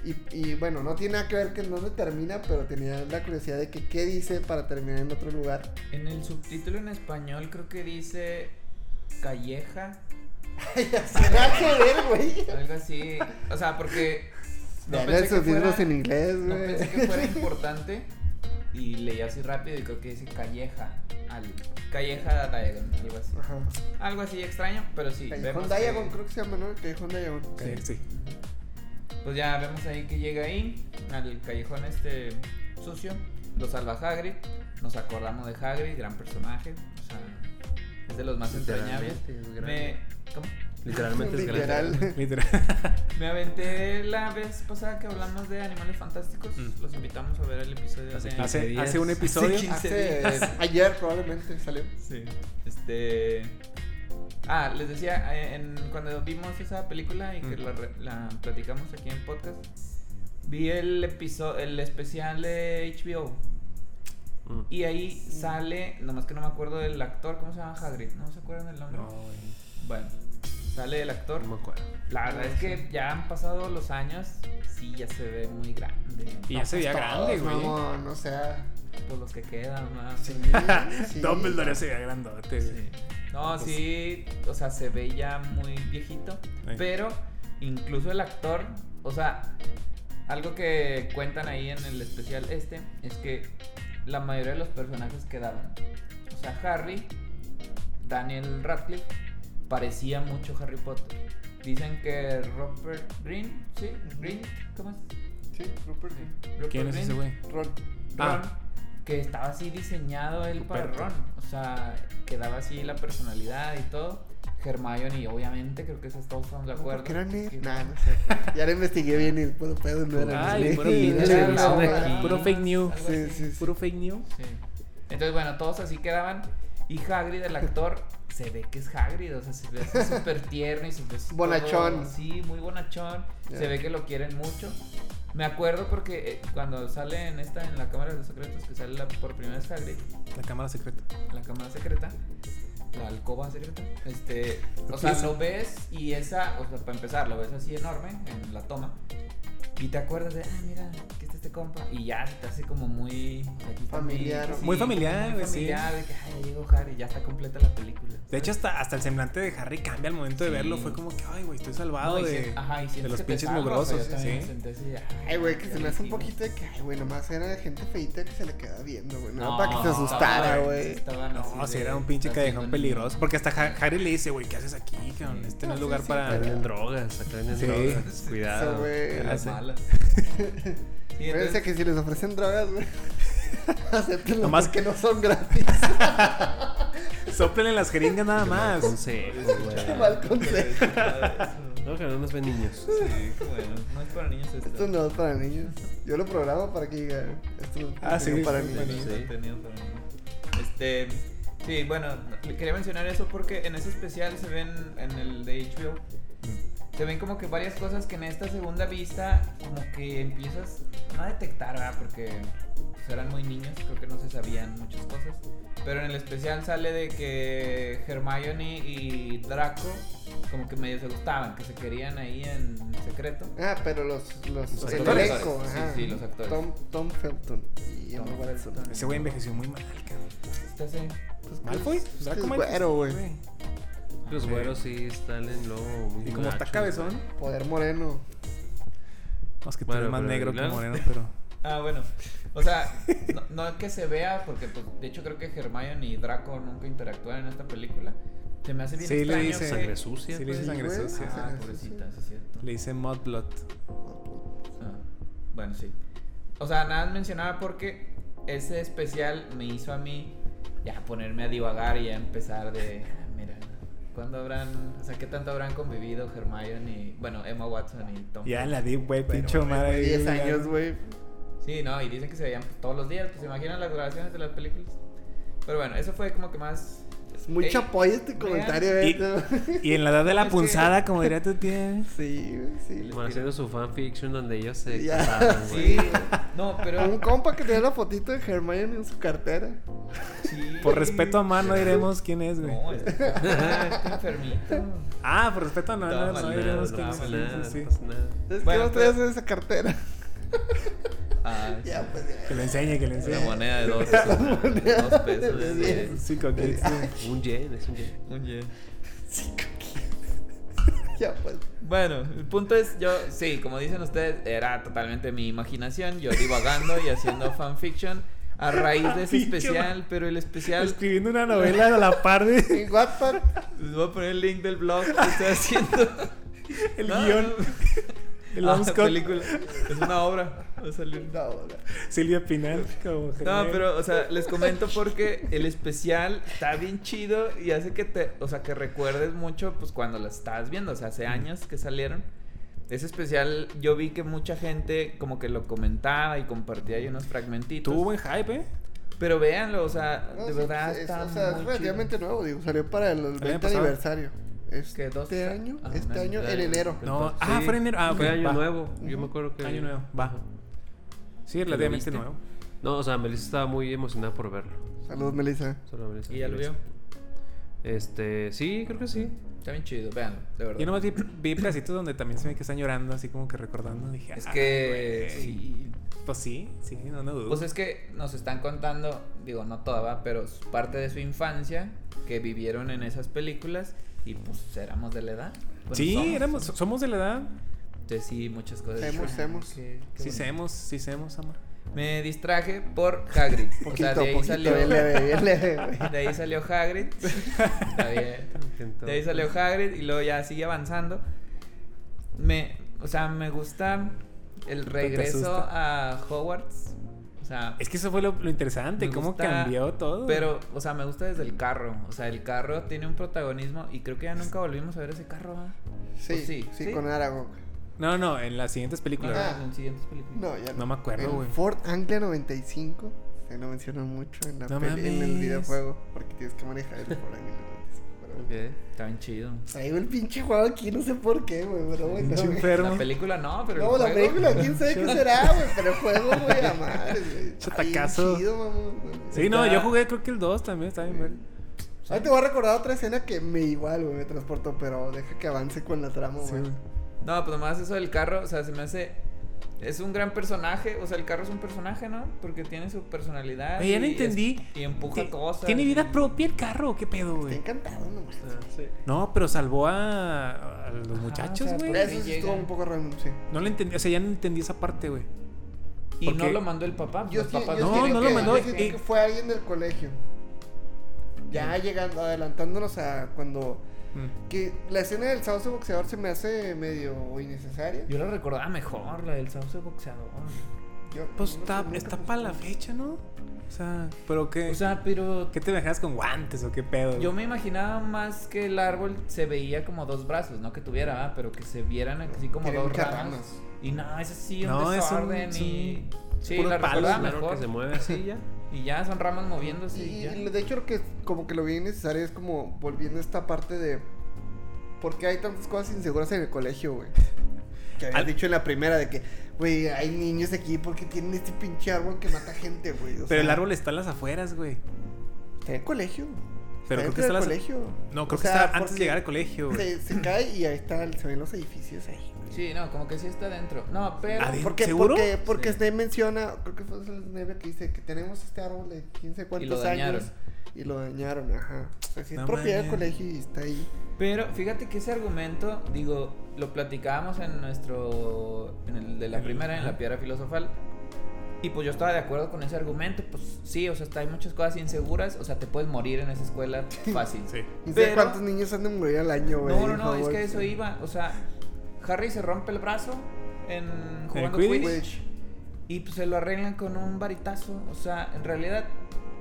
Y, y bueno, no tiene nada que ver que no se termina, pero tenía la curiosidad de que qué dice para terminar en otro lugar.
En el subtítulo en español creo que dice calleja,
Ay, así nada que ver, güey.
algo así. O sea, porque no
Vean
pensé,
esos
que
libros
fuera,
en inglés,
no
güey.
pensé que fuera importante y leí así rápido y creo que dice calleja, al, calleja Diagon, algo así.
Ajá.
Algo así extraño, pero sí.
Callejón
vemos que-
Diagon, creo que se llama, ¿no? El Callejón Diagon.
Sí, sí.
Pues ya vemos ahí que llega ahí, al callejón este sucio, lo salva Hagrid, nos acordamos de Hagrid, gran personaje, o sea, es de los más entrañables. Me, ¿cómo?
Literalmente es grande.
Literal.
Literal.
Me aventé la vez pasada que hablamos de Animales Fantásticos,
Mm.
los invitamos a ver el episodio
Hace
de...
quince
Hace,
días.
hace un episodio.
quince
Hace,
días.
ayer probablemente salió.
Sí, este... Ah, les decía, eh, en- cuando vimos esa película y que
Mm.
la, re- la platicamos aquí en podcast, vi el episodio, el especial de HBO,
Mm.
Y ahí sale, nomás que no me acuerdo del actor, ¿cómo se llama Hagrid? ¿No se acuerdan del nombre?
No, güey.
Bueno, sale el actor.
No me acuerdo.
La verdad es que ya han pasado los años, sí, ya se ve muy grande.
Y ya se veía grande,
pues Todos,
güey.
mamón, o sea.
Por los que quedan más.
Sí, sí.
Dumbledore ya se veía grandote, güey.
Sí. No, sí, o sea, se ve ya muy viejito.
Ey.
Pero incluso el actor, o sea, algo que cuentan ahí en el especial este es que la mayoría de los personajes quedaban. O sea, Harry, Daniel Radcliffe, parecía mucho Harry Potter. Dicen que Robert Green, ¿sí? Green, ¿cómo es?
Sí, Rupert. sí.
Rupert
¿Quién es ese
Green.
güey?
Ron.
Ron,
Ah.
que estaba así diseñado él para
Ruperto.
Ron. O sea, quedaba así la personalidad y todo. Hermione, y obviamente creo que esas todos estamos de acuerdo.
Porque eran
Sí.
negros. Nah, no sé. Ya lo investigué bien y puro pedo no eran
Ay,
negros.
puro
Sí,
pinche
eran
edición
blancos.
aquí.
Ajá.
Puro fake news.
Algo
Sí,
así.
sí, sí.
Puro fake news.
Sí. Entonces, bueno, todos así quedaban. Y Hagrid, el actor, se ve que es Hagrid, o sea, se ve así súper tierno y se ve todo-
Bonachón.
Sí, muy bonachón.
Ya.
Se ve que lo quieren mucho. Me acuerdo porque eh, cuando sale en esta, en la Cámara de los Secretos, que sale la- por primera vez Hagrid,
La cámara secreta.
la cámara secreta, la alcoba secreta. Este, o sea, lo ves y esa, o sea, para empezar, lo ves así enorme en la toma. Y te acuerdas de, ah, mira, que está este compa. Y ya se te hace como muy. o sea, aquí está
Familiar.
mi-
Muy familiar,
muy
güey, sí.
familiar, de que, ay, ya llegó Harry, ya está completa la película.
De hecho, hasta, hasta el semblante de Harry cambia al momento de
Sí.
verlo. Fue como que, ay, güey, estoy
No,
salvado
y
de,
sien- ajá, y sientes
de los
que te
pinches
salvas, o
mugrosos.
sea, yo también
¿sí?
me senté así,
Ay, güey, que se me hace un
ya dijimos.
poquito de que, ay, güey, nomás era gente feita que se le queda viendo, güey. No,
No,
para que se
estaban-
asustara, güey.
estaban así
No, sí,
de,
era un pinche
"Estás
callejón
siendo niño".
peligroso. Porque hasta Ha- Harry le dice, güey, ¿qué haces aquí, cabrón? Este no es
Sí,
lugar
sí,
para.
pero-
Venden drogas, acá venden
Sí.
drogas. Cuidado.
Eso, güey.
Las
sé.
malas.
Acuérdense
Sí, entonces-
que si les ofrecen drogas, güey, acéptenlo
Nomás-
Nomás que no son gratis.
Soplen en las jeringas nada más.
Consejo,
Qué
güey.
mal consejo.
No, que no nos ven niños.
Sí, qué bueno, no es para niños este. esto.
Esto no es para niños. Yo lo programo para que diga, esto no es
Ah, sí,
contenido para
sí,
niños.
sí.
Sí. Contenido para niños. Este, sí, bueno, le quería mencionar eso porque en ese especial se ven en el de HBO se ven como que varias cosas que en esta segunda vista como que empiezas no a detectar, ¿verdad? Porque pues, eran muy niños, creo que no se sabían muchas cosas. Pero en el especial sale de que Hermione y Draco como que medio se gustaban, que se querían ahí en secreto.
Ah, pero los, los,
Los
el
actores.
elenco,
Sí,
ajá.
sí, los actores.
Tom, Tom Felton y Emma
Tom
Watson.
Felton.
Ese güey envejeció muy mal, cabrón.
Estás ahí.
Pues,
¿Malfoy?
pues,
Pues, era
es
como
güero,
Malfoy,
güey.
Los
Sí.
güeros sí están en lo muy
Y como está
machos,
cabezón,
Poder moreno.
más que tú
Bueno,
eres más
pero
negro que
Aguilar-
moreno, pero.
Ah, bueno. O sea, no, no es que se vea, porque pues, de hecho creo que Hermione y Draco nunca interactúan en esta película. Se me hace bien
Sí, le
extraño.
dice.
que-
Sangre sucia.
Sí, le dice
pues.
sangre
güey.
sucia.
Ah,
sangre
pobrecita,
sucia.
sí es cierto.
Le dice Mudblood.
Ah, bueno, sí. O sea, nada más mencionaba porque ese especial me hizo a mí ya ponerme a divagar y a empezar de, "Ah, mira, ¿cuándo habrán, o sea, qué tanto habrán convivido Hermione y, bueno, Emma Watson y Tom?
Ya en la deep web,
Pero,
pinche Omar ahí.
10
güey.
años, güey.
Sí, no, y dicen que se veían todos los días, pues se imaginan las grabaciones de las películas. Pero bueno, eso fue como que más...
Es mucho
Ey,
apoyo este
vean.
comentario,
Y-
¿eh?
Y en la edad de la
Es que-
punzada, como diría tu tía.
Sí, güey, sí.
Como haciendo su fanfiction donde ellos se
Ya.
casaron,
Sí,
güey.
Un
no, pero...
compa que tenía la fotito de Hermione en su cartera.
Sí.
Por respeto a Omar, no diremos quién es, güey.
No, este, este enfermito.
Ah, por respeto a no, no,
Toma,
no
nada,
diremos
No
quién
pasa nada,
es. Sí,
no
sí, sí.
pasa nada.
Es
Bueno,
que no
pero-
traías en esa cartera.
Ah, sí.
Ya, pues ya.
Que le enseñe, que le
La
enseñe.
moneda de dos,
La
es una-
moneda
dos pesos.
de
es
diez.
diez.
Sí, con que sí.
Ah, Un yen, es un yen.
Un yen.
Ya, pues.
Bueno, el punto es, yo, sí, como dicen ustedes, era totalmente mi imaginación, yo divagando y haciendo fanfiction a raíz de ese
Fanfiction.
especial, pero el especial,
Escribiendo una novela a la par de
En Wattpad.
les voy a poner el link del blog que estoy haciendo.
el
No,
guión.
no.
El
Ah,
Omscott.
película. Es una obra, va a salir.
No, ahora.
Silvia Pinal. Como
No,
Germán.
pero, o sea, les comento porque el especial está bien chido y hace que te, o sea, que recuerdes mucho, pues, cuando las estabas viendo, o sea, hace años que salieron. Ese especial yo vi que mucha gente como que lo comentaba y compartía ahí unos fragmentitos.
Tuvo buen hype, ¿eh?
Pero véanlo, o sea,
No, sí,
de
pues,
verdad
es-
está
O sea, es
muy
relativamente nuevo, digo. Salió para el 20
pasado.
aniversario.
Que dos-
Este año,
ah, un
este año, en
aniversario.
enero.
No,
Entonces,
ah,
sí.
fue en enero. Ah, ok,
Fue año
va.
nuevo. Yo me acuerdo que.
Año nuevo, va. Sí, relativamente
viste?
nuevo.
No, o sea, Melissa estaba muy emocionada por verlo.
Saludos, Melissa.
Solo Melissa.
¿Y ya
Pues,
lo vio?
Este, sí, creo que sí.
Está bien chido, véanlo, de verdad.
Yo nomás vi, vi pedacitos donde también se ve que están llorando, así como que recordando. Dije,
Es
"Ah,
que...
güey".
sí.
Pues sí, sí, no, no dudo.
Pues es que nos están contando, digo, no toda, ¿va? pero s- parte de su infancia que vivieron en esas películas y pues éramos de la edad. Bueno,
sí,
somos,
éramos,
pues somos.
somos de la edad.
Entonces sí, muchas cosas.
Semos,
Ah,
semos.
qué- qué
Sí,
bonito.
seamos, sí, seamos, amor.
Me distraje por Hagrid. o sea,
Poquito,
de ahí
poquito.
salió.
Bien leve, bien leve, güey.
De ahí salió Hagrid. Está bien. De ahí salió Hagrid y luego ya sigue avanzando. Me, o sea, me gusta el
te
regreso
asusta.
a Hogwarts. O sea,
Es que eso fue lo, lo interesante,
Me
cómo
gusta,
cambió todo.
pero, o sea, me gusta desde el carro. O sea, el carro tiene un protagonismo y creo que ya nunca volvimos a ver ese carro. ¿ah?
Sí,
Pues sí,
sí,
sí.
con Aragón.
No, no, en las siguientes
No,
películas.
no, en siguientes películas.
No, ya no.
No me acuerdo,
El
güey.
Ford Anglia 95. Se lo mencionan mucho en, la
No
peli- en el
mames.
videojuego. Porque tienes que manejar el Ford Anglia 95. pero bueno.
Ok, está bien chido.
Traigo el pinche juego aquí, no sé por qué, güey. Pero bueno,
Pinche
güey.
enfermo.
La película no, pero. el
No, la
juego-
película, quién sabe qué será, güey. Pero el juego, güey, a madre, güey.
Pinche
Está bien
tacazo.
chido, mamón, güey.
Sí, no,
Está-
yo jugué creo que el 2 también, está bien bueno.
Ahora te voy a recordar otra escena que me igual, güey, me transportó, pero deja que avance con la trama,
Sí,
güey.
güey.
No, pues nomás eso del carro, o sea, se me hace. Es un gran personaje, o sea, el carro es un personaje, ¿no? Porque tiene su personalidad.
Oye, ya no
y es-
entendí.
y empuja
Ti-
cosas.
¿Tiene
y-
vida propia el carro o qué pedo,
Está
güey?
encantado, no, güey.
Ah,
No, pero salvó a, a los muchachos,
sea,
güey.
por
Eso sí
llega.
estuvo un poco random, sí.
No lo entendí, o sea, ya no entendí esa parte, güey.
Y
¿Por
no
qué?
lo mandó el papá.
Yo
los
sí,
papás
yo
no,
siento
no lo
que,
mandó,
yo siento
y-
que fue alguien del colegio. Ya llegando, adelantándonos a cuando.
Mm.
Que la escena del sauce boxeador se me hace medio innecesaria.
Yo la recordaba mejor, la del sauce boxeador.
Yo-
Pues
no
está,
sé, nunca
está
pensé.
para la fecha, ¿no? O sea, pero qué.
O sea, pero
¿Qué te dejas con guantes o qué pedo?
yo
güey?
me imaginaba más que el árbol se veía como dos brazos, no que tuviera, ¿verdad? pero que se vieran así como
Tiene
dos
muchas
ramas.
ramas.
Y no, es así un
No, es un-
desorden
es
y.
un-
Sí,
puros
la
palos,
recordaba
claro
Claro
mejor.
que se mueve así ya.
Y ya son ramas moviéndose. y
Y
ya.
de hecho creo que como que lo vi innecesario es como volviendo a esta parte de por qué hay tantas cosas inseguras en el colegio, güey. Que habías
Al-
dicho en la primera de que, güey, hay niños aquí porque tienen este pinche árbol que mata gente, güey. O sea,
Pero el árbol está a las afueras, güey.
está en el colegio.
Pero creo
dentro
que
del
está las-
colegio.
No, creo
O
que
sea,
está antes de
porque
llegar al colegio, güey.
Se, se cae y ahí está, se ven los edificios ahí.
Sí, no, como que sí está dentro. No, pero.
Adentro.
Porque,
¿Seguro?
porque, porque
Sí.
Snape menciona, creo que fue Snape que dice que tenemos este árbol de 15 cuantos
dañaron.
años y lo dañaron, ajá. O sea, sí es
No
propiedad del
mames.
colegio y está ahí.
Pero fíjate que ese argumento, digo, lo platicábamos en nuestro. En el de la
En el-
primera, en
ajá.
la piedra filosofal. Y pues yo estaba de acuerdo con ese argumento. Pues sí, o sea, está, hay muchas cosas inseguras. O sea, te puedes morir en esa escuela fácil.
Sí.
Y sé
Pero-
cuántos niños han de morir al año, güey.
No, no,
por
no, es
favor.
que eso iba. O sea, Harry se rompe el brazo en jugando
Quidditch?
Quidditch. Y pues se lo arreglan con un varitazo. O sea, en realidad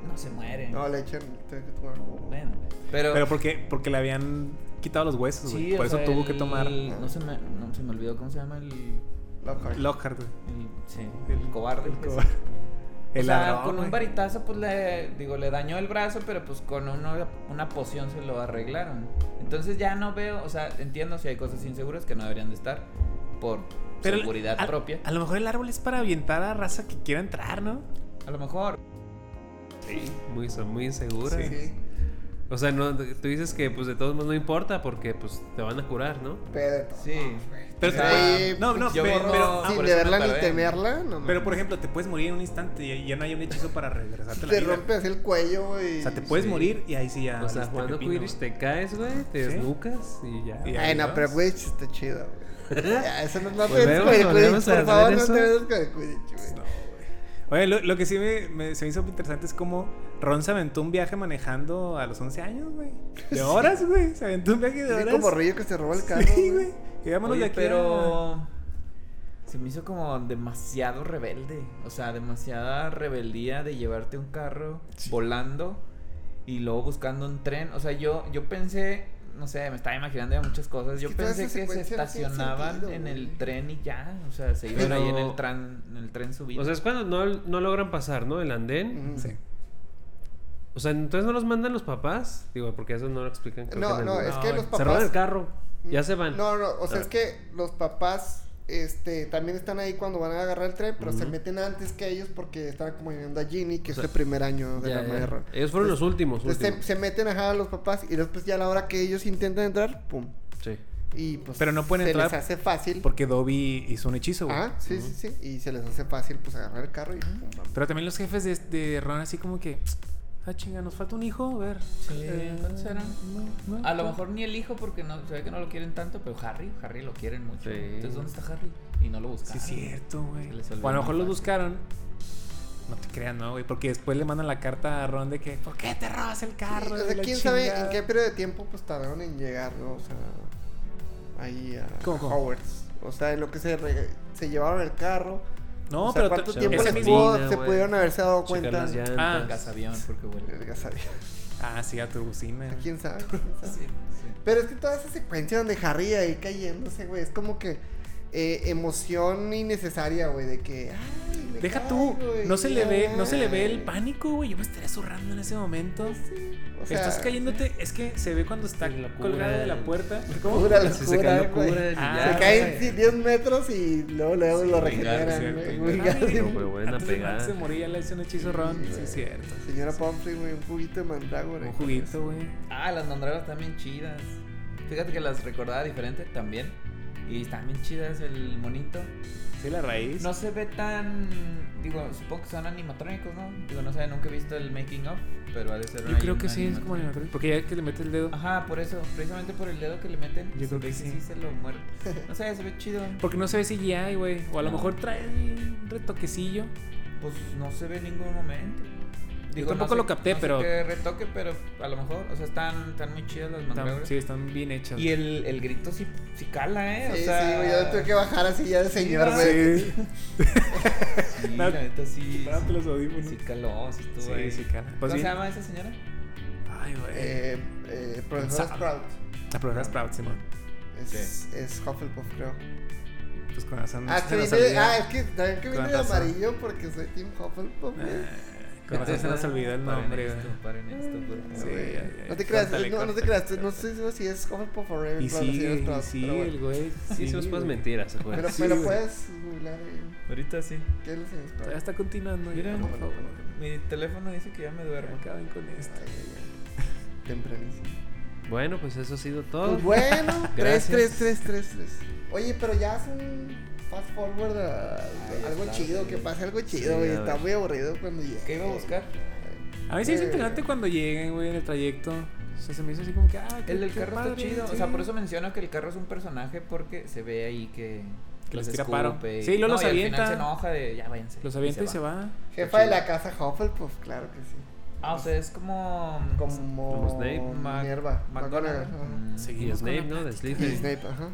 no se mueren.
No, le echan. tiene que tomar jugo.
Bueno,
Pero porque, porque le habían quitado los huesos, güey.
o
Por eso
sea,
tuvo
el-
que tomar
No se, me, no se me olvidó cómo se llama el. el-
Lockhart.
Lockhart, güey.
sí,
El-
el cobarde.
el
pues.
cobarde.
O
El
sea,
ladrón,
con un
güey.
varitazo, pues le. Digo, le dañó el brazo, pero pues con uno- una poción se lo arreglaron. Entonces ya no veo. O sea, entiendo si hay cosas inseguras que no deberían de estar. Por
Pero
seguridad
a-
propia.
A lo mejor el árbol es para avientar a raza que quiera entrar, ¿no?
A lo mejor.
Muy, son muy inseguras.
Sí,
O sea, no, tú dices que pues de todos modos no importa porque pues te van a curar, ¿no?
pedo. de todo,
Sí.
güey.
Pero
O sea,
Ahí,
no, no,
pinche
pe-
morro,
pero- ah,
sin
por
de
eso me
verla ni
tardé.
temerla, no
Pero
mames.
por ejemplo, te puedes morir en un instante y ya no hay un hechizo para regresarte a la
Te
vida.
rompes el cuello, güey.
O sea, te puedes
Sí.
morir y ahí sí ya.
O sea,
valiste
jugando
Ah, pepino,
Quidditch te caes, güey, te
Sí.
desnucas y ya.
Y-
Ay, no,
adiós.
pero Quidditch está chido, güey. Ya, Eso no es
Pues
la
Volvemos,
con el Quidditch,
volvemos a
por
ver
favor, no
eso.
te ves con el Quidditch, güey.
No, güey. Oye, lo, lo que sí me, me- se me hizo interesante es como Ron se aventó un viaje manejando a los 11 años, güey. De horas, güey. Se aventó un viaje de
Sí,
horas.
como río que se roba el carro, güey.
Sí, güey. Y vámonos
Oye,
de aquí. a-
pero. Se me hizo como demasiado rebelde. O sea, demasiada rebeldía de llevarte un carro volando y luego buscando un tren. O sea, yo, yo pensé. No sé, me estaba imaginando ya muchas cosas. Yo
que toda
pensé
esa
que se
secuencia no tiene
estacionaban
sentido,
en
güey.
el tren y ya. O sea, se iban
Pero-
ahí en el, tran, en el tren subido.
O sea, es cuando no, no logran pasar, ¿no? El andén.
Ujú.
Sí.
O sea, entonces no los mandan los papás. Digo, porque eso no lo explican. creo
No,
que en
no,
el-
es que los
Se roban
papás.
el carro. Ya se van.
No, no, o sea,
Ah.
es que los papás este, también están ahí cuando van a agarrar el tren, pero se
Ujú.
meten antes que ellos porque están acompañando a Ginny, que
O sea,
es el primer año de
Ya,
la
ya.
guerra.
Ellos fueron los últimos.
Entonces se,
últimos.
se meten ajá, a los papás y después ya a la hora que ellos intentan entrar, pum.
Sí.
Y pues
Pero no pueden
se
entrar
les hace fácil.
Porque Dobby hizo un hechizo, güey.
Ajá, sí, sí, sí. Y se les hace fácil pues agarrar el carro y pum. vamos.
Pero también los jefes de, de Ron, así como que. Ah, chinga, nos falta un hijo. A ver. Eh,
Sí, ¿cuántos eran?
no,
A lo
no.
mejor ni el hijo porque no, se ve que no lo quieren tanto, pero Harry, Harry lo quieren mucho.
Sí.
Entonces, ¿dónde está Harry? Y no lo
Sí,
buscan.
es cierto, güey.
Se les olvidó
O a lo mejor
muy
los
fácil.
buscaron. No te creas, no, güey. Porque después le mandan la carta a Ron de que, ¿por qué te robas el
Sí,
carro?
o
Y
sea,
la
quién sabe en
chingada.
qué periodo de tiempo pues tardaron en llegar, ¿no? O sea, ahí a
¿Cómo, cómo?
Howard's. O sea, en lo que se, re- se llevaron el carro,
No,
o sea,
pero
¿cuánto
t-
tiempo
ese
les
gasolina,
mismo-
pudo- se
güey.
pudieron haberse dado
Checar
cuenta?
las llantas.
Ah.
El gasavión, porque huele.
Ya sabía.
Ah, sí, a turbocina.
¿Quién sabe? ¿Quién sabe?
Sí, sí.
Pero es que toda esa secuencia donde Harry ahí cayéndose, güey, es como que eh, emoción innecesaria, güey, de que. Ay, me
Deja tú,
caigo, güey,
no se le ve, no se le ve el
ay".
pánico, güey. Yo me estaría zurrando en ese momento.
Sí, o sea,
Estás cayéndote, es que se ve cuando está
Sí, locura.
colgado de la puerta.
Locura,
Sí, se cae
locura, güey.
locura. y
Ah,
ya,
Se
güey.
caen sí, 10 metros y luego, luego lo regeneran,
cierto,
güey.
y
Muy
ya.
gas-
Ay,
no, güey, buena
Antes de
pegada.
Max se moría, le hizo un hechizo Ron.
Sí,
Sí,
güey.
es cierto.
Señora Pomfrey, güey, un juguito de mandrágora.
Un juguito, güey.
Ah, las mandrágoras están bien chidas. Fíjate que las recordaba diferente también. Y están bien chidas el monito.
Sí, la raíz.
No se ve tan. Digo, supongo que son animatrónicos, ¿no? Digo, no sé, nunca he visto el making of, pero ha de ser.
Yo
ahí
creo que
un
sí, es como
animatrónico.
animatrónico. Porque ya que le metes el dedo.
Ajá, por eso, precisamente por el dedo que le meten.
Yo
se
creo
ve
que sí.
se lo muerde. No sé, se ve chido.
Porque no se ve CGI, güey. O a lo
No.
mejor trae un retoquecillo.
Pues no se ve en ningún momento.
Yo tampoco
no sé-
lo capté,
no sé
pero-
qué retoque, pero a lo mejor. O sea, están, están muy chidas las
Están-
mandrágoras.
Sí, están bien hechas.
Y el, el grito sí, sí cala, ¿eh?
Sí,
o
sí,
sea,
güey, yo tuve que bajar así ya de señor,
¿no?
güey.
Sí.
Sí, la neta sí.
Quitándote los audífonos.
Sí caló, sí estuvo ahí.
Sí, sí, cara. Pues
¿Cómo se
bien.
llama esa señora?
Ay, güey.
Eh, eh, profesora
Pensaba.
Sprout.
la profesora Sprout, Simón.
Es, es Hufflepuff, creo.
Pues con razón.
Ah,
se
que
nos
viene,
olvidó.
ah, es que también que viene de
Con razón.
amarillo porque soy Team Hufflepuff, güey.
Ah, Con razón se nos olvidó el
Paren
nombre,
esto,
güey.
Paren esto, porque...
Sí,
güey.
ya, ya.
No te creas,
Córtale,
no, no te
córtale,
creas,
córtale.
no estoy seguro si es Hufflepuff o Ravenclaw.
Y sigue,
sí,
y sigue el güey.
Sí, se los puedes
güey.
mentir, se
Pero,
puede.
Sí,
pero
güey.
puedes googlear eh,
Ahorita sí.
qué es lo que se
Todavía está continuando.
Mira.
ya, por
Vámonos,
favor.
vámonos.
Mi teléfono dice que ya me duermo.
Acaben con
este.
esto.
Tempranísimo.
Bueno, pues eso ha sido todo.
Oh.
Pues bueno, 3,
Gracias.
3, 3, 3, 3. Oye, pero ya es un fast forward a,
Ay,
algo
está,
chido,
güey.
que pase algo
Sí,
chido, güey.
a
está
ver.
muy aburrido cuando llega.
¿Qué iba a buscar?
A mí sí es
Eh.
interesante cuando lleguen, güey, en el trayecto. O sea, se me hizo así como que, ah, qué-
El del
qué
carro
padre,
está chido.
sí.
O sea, por eso menciono que el carro es un personaje porque se ve ahí que.
Que
los
les tira
escupe
paro.
y-
Sí, luego
no,
los
y al
avienta.
final se enoja de ya váyanse.
Los avienta y se va.
Jefa de la casa Hufflepuff, claro que sí.
Ah, o sea, es como.
Como
Snape,
Mac-
Minerva.
McGonagall.
McGonagall, ajá.
Mm.
Y
Seguimos
Snape,
con la
¿no? De
plática.
Y
Slytherin.
Snape, ajá.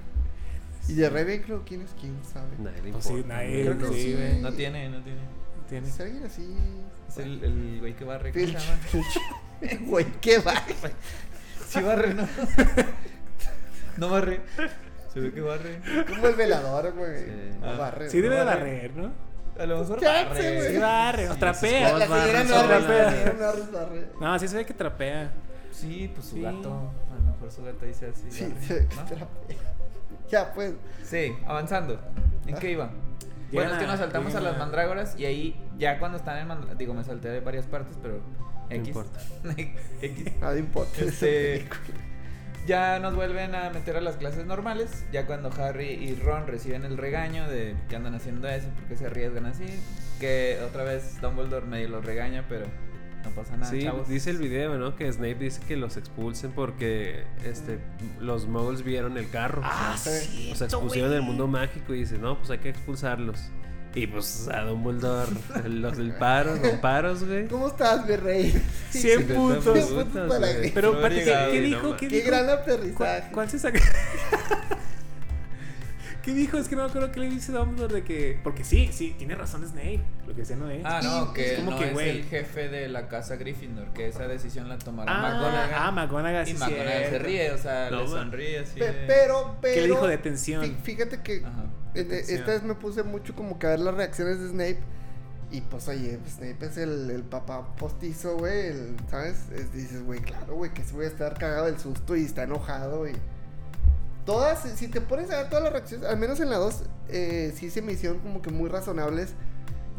Y de Ravenclaw, ¿quién es quién? ¿Sabe?
Nadie le
Pues sí,
importa.
nadie,
Creo que
sí,
sí,
güey.
No tiene, no tiene.
Tiene.
Es alguien así.
Es el, el güey que barre. ¿cómo se
Filch.
llama?
Filch. Güey, qué va.
Sí barre, ¿no? no barre. Se ve que barre.
Como el velador, güey.
Sí.
No
Ah.
barre.
Sí
no
debe de
barre.
barrer, ¿no?
A lo mejor
¿qué hace,
Sí,
güey?
barre.
barre, o
La,
trapea.
la
Barre,
señora
sí,
Norris,
barre.
la señora Norris barre.
No, sí se ve que trapea.
Sí, pues su
Sí.
gato. A lo mejor su gato dice así.
Sí,
barre,
se-
¿no?
Ya, pues.
Sí, avanzando. ¿En qué iba?
Llegan
Bueno, es que
a-
nos saltamos a
llegan
las
a-
mandrágoras y ahí ya cuando están en mandrágoras, digo, me salté de varias partes, pero
No
X.
importa.
X.
Nada importa.
Este, ya nos vuelven a meter a las clases normales, ya cuando Harry y Ron reciben el regaño de que andan haciendo eso, porque se arriesgan así, que otra vez Dumbledore medio los regaña, pero no pasa nada,
Sí,
chavos.
dice el video, ¿no? Que Snape dice que los expulsen porque este, los muggles vieron el carro.
Ah, sí.
o sea, expusieron del mundo mágico y dice, no, pues hay que expulsarlos. Y pues a Dumbledore, los del paro, los paros, güey.
¿Cómo estás, mi rey?
Cien
Sí,
puntos.
cien puntos,
Para
güey.
que-
Pero,
No
espérate, ¿qué,
llegaba,
qué
no
dijo?
mames.
¿Qué
Qué
dijo?
gran
¿Cuál,
aterrizaje.
cuál se saca? ¿Qué dijo? Es que no me acuerdo qué le dice Dumbledore de que... Porque sí, sí, tiene razón Snape. Lo que decía no es.
Ah, no, que
Es como
no
que,
es
güey.
el jefe de la casa Gryffindor, que esa decisión la tomará McGonagall.
ah, ah, McGonagall.
y
sí,
McGonagall se
cierto.
ríe, o sea,
No,
le
ma-
sonríe así.
Pe-
de-
Pero, pero.
¿Qué le dijo? Detención.
fí- Fíjate que
Ajá.
en-
Detención.
Este, esta vez me puse mucho como que a ver las reacciones de Snape. Y pues, oye, pues, Snape es el, el papá postizo, güey. el- ¿Sabes? Es- dices, güey, claro, güey, que se voy a estar cagado del susto y está enojado. Y todas, si te pones a ver todas las reacciones, al menos en la 2, eh, sí se me hicieron como que muy razonables.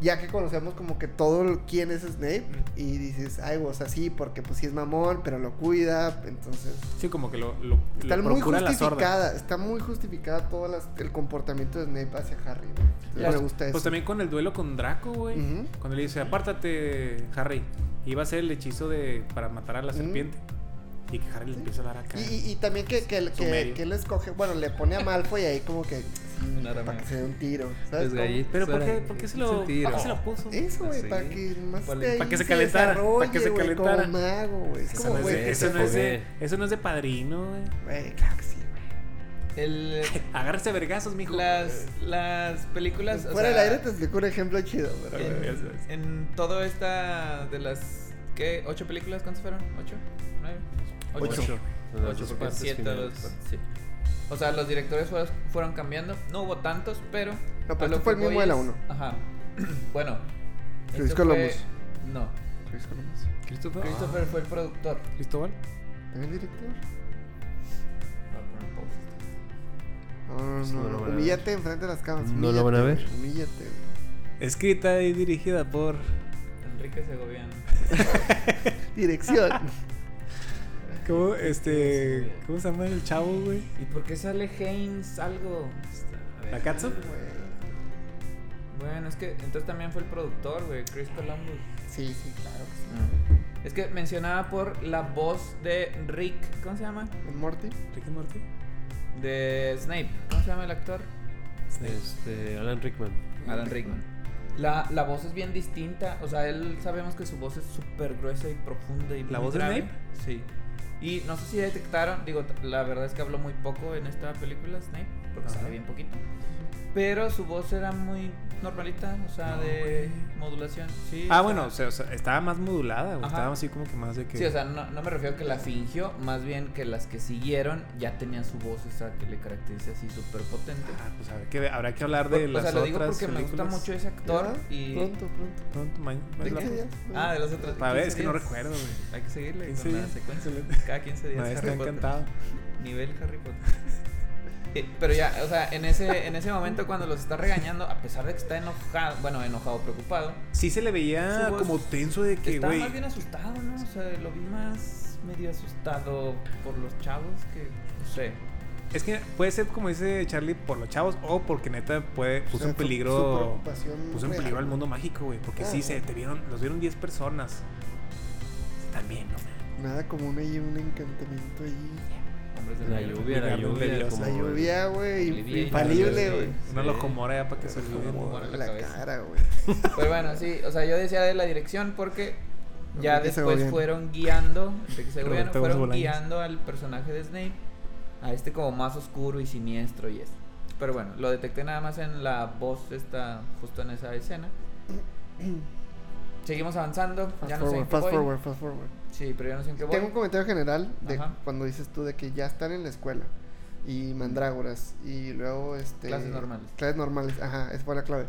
Ya que conocemos como que todo el- quién es Snape. Y dices, ay, güey, o sea, sí, porque pues sí es mamón, pero lo cuida. Entonces.
Sí, como que lo, lo, lo
Está muy
procura la sorda.
justificada, está muy justificada todo las- el comportamiento de Snape hacia Harry. güey. Entonces,
Las-
me gusta eso.
Pues también con el duelo con Draco, güey.
Ujú.
Cuando le dice, apártate, Harry. Iba a ser el hechizo de para matar a la
Ujú.
serpiente. Y que Harry le empieza a dar acá.
y, y- y también que, que, que,
Sumerio.
que él escoge, bueno, le pone a Malfoy ahí como que
Un arameo.
para que se dé un tiro. ¿sabes?
Los
Como-
gallitos.
Pero ¿por
ahora,
qué, por qué se
es
lo,
un tiro.
¿por qué se lo puso?
Eso, güey,
Así.
para que más
Para-
te-
para que se
ahí
calentara, para que se
desarrolle, güey,
calentara.
Como mago, güey. Es
Eso
como,
no es
güey,
de-
que
eso
se
no es de-
foguee.
eso no es de padrino, güey.
Güey, claro que sí, güey.
El,
Agárrese a vergazos, mijo.
las, las películas. o
Pues, Fuera del
sea,
aire te explico un ejemplo chido, pero.
Bueno, ya sabes.
En, en todo esta de las. ¿Qué? ¿Ocho películas? ¿Cuántas fueron? ¿Ocho? ¿Nueve?
Ocho.
Ocho.
Las
Ocho,
dos
porque
partes
siete,
finales,
los-
bueno.
sí. O sea, los directores fueron, fueron cambiando. No hubo tantos, pero.
No,
a
pero
lo
este fue el
que voy
mismo de la
es-
uno.
Ajá. bueno.
Chris
esto
Columbus.
No.
Chris Columbus.
¿Christopher?
Christopher fue el productor.
Ah. ¿Cristóbal?
¿También director?
Voy a poner pausa.
No, no,
Eso Pues no
no.
lo van a ver.
humíllate enfrente de las cámaras.
No lo van a
humíllate,
ver.
Humíllate.
Escrita y dirigida por.
Enrique Segoviano.
Dirección.
¿Cómo, este, ¿cómo se llama el chavo, güey?
¿Y por qué sale Haynes algo?
¿La Katsu?
Güey.
Bueno, es que entonces también fue el productor, güey, Chris Columbus.
sí, sí, claro que sí.
Mm. Es que mencionaba por la voz de Rick, ¿cómo se llama?
¿En Morty?
¿Ricky Morty?
De Snape, ¿cómo se llama el actor?
Este, Alan Rickman.
Alan Rickman. La, la voz es bien distinta, o sea, él sabemos que su voz es súper gruesa y profunda y
¿La
muy
voz de
grave.
Snape?
Sí. Y no sé si detectaron, digo, t- la verdad es que habló muy poco en esta película Snape, porque
Ajá.
sale bien poquito. Pero su voz era muy normalita, o sea,
No,
de
güey.
modulación. Sí,
Ah,
o
bueno,
sea,
o sea, o sea, estaba más modulada, güey.
Ajá.
Estaba así como que más de que.
Sí, o sea, no, no me refiero a que la fingió, más bien que las que siguieron ya tenían su voz esa que le caracteriza así súper potente.
Ah, pues a ver, que habrá que hablar
Por-
de
o
las
sea, lo digo
otras
porque me gusta
películas.
mucho ese actor
¿Ya?
y...
Pronto, pronto.
Pronto, ma- ma-
¿De
la-
qué días?
Ah, de los otros...
A ver,
15
es que no
días.
recuerdo, güey.
Hay que seguirle
15
con la
días.
secuencia. Cada 15 días.
Maestro
Harry Potter.
encantado.
Nivel Harry Potter. Eh, Pero ya, o sea, en ese, en ese momento cuando los está regañando, a pesar de que está enojado, bueno, enojado, preocupado,
Sí se le veía
Su voz
como tenso de que,
Estaba
güey.
más bien asustado, ¿no? O sea, lo vi más medio asustado por los chavos que. No sé.
Es que puede ser como dice Charlie por los chavos o porque neta puede puso
O sea,
en
su- su
peligro
preocupación
puso en
real.
peligro al mundo mágico, güey, porque
Ah,
sí
no.
se te vieron los vieron 10 personas. También, no.
Nada como un, ahí, un encantamiento ahí.
Hombres de
La lluvia, la
Ricardo
lluvia.
Leviosa.
como
La lluvia, güey.
Oblivion,
Infalible,
¿no?
güey.
Una
Sí.
locomora ya para que se
Una
olvide.
locomora. Como en la
La
cabeza.
cara, güey.
Pero Pues bueno, sí, o sea, yo decía de la dirección porque ya
Enrique
después
Segoviano.
fueron guiando, Enrique Segoviano,
Roberto
fueron
Bolaños.
guiando al personaje de Snape a este como más oscuro y siniestro y eso. Pero bueno, lo detecté nada más en la voz esta justo en esa escena. Seguimos avanzando, ya
Fast
no sé
forward,
en qué
fast
voy.
forward, fast forward.
Sí, pero ya no sé en qué voy.
Tengo un comentario general de
Ajá.
cuando dices tú de que ya están en la escuela y mandrágoras y luego este
Clases normales.
Clases normales, ajá, esa fue la clave.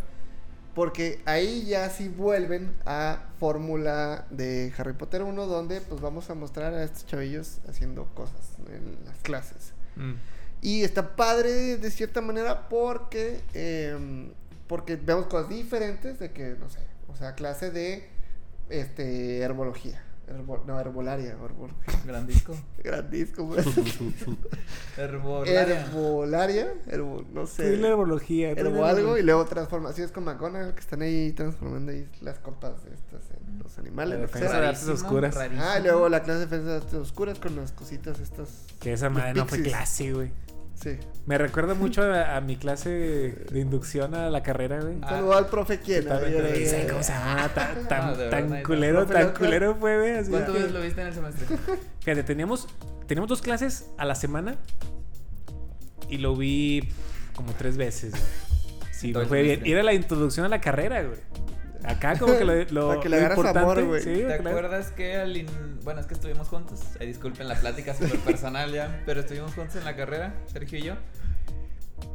Porque ahí ya sí vuelven a fórmula de Harry Potter 1 donde pues vamos a mostrar a estos chavillos haciendo cosas en las clases.
Mm.
Y está padre de cierta manera porque, em, porque vemos cosas diferentes de que, no sé, o sea, clase de este, herbología. Herbo- no, herbolaria, herbología.
Gran disco.
Gran disco, güey.
Herbolaria.
Herbolaria, herbo- no
Tú dile
sé.
herbología. tú dile
Herbo algo y
herbología.
luego transformaciones con McGonagall que están ahí transformando ahí las copas estas en los animales.
La
lo que
defensa
sea.
de artes
Rarísimo,
oscuras.
rarísimo.
Ah, y luego la clase de defensa de artes oscuras con las cositas estas.
Que esa madre no fue
Pixies.
clase, güey.
Sí.
Me recuerda mucho a, a mi clase de inducción a la carrera, güey.
Ah,
Saludo al profe quien.
Tan- ¿quién sabe cómo se llama? Tan, tan-
No, Ah, de
tan
verdad,
culero,
no.
tan culero fue, güey. así
¿Cuántas
que-
veces lo viste en el semestre?
Fíjate, teníamos, teníamos dos clases a la semana y lo vi pf, como tres veces. güey. Sí,
Todo
me
el
fue bien.
semestre.
Y era la introducción a la carrera, güey. Acá como que lo, lo,
Para que le
lo
agarras
importante,
amor, güey.
sí,
¿Te
claro.
acuerdas que al in- Bueno, es que estuvimos juntos. eh, disculpen la plática súper personal ya. Pero estuvimos juntos en la carrera, Sergio y yo.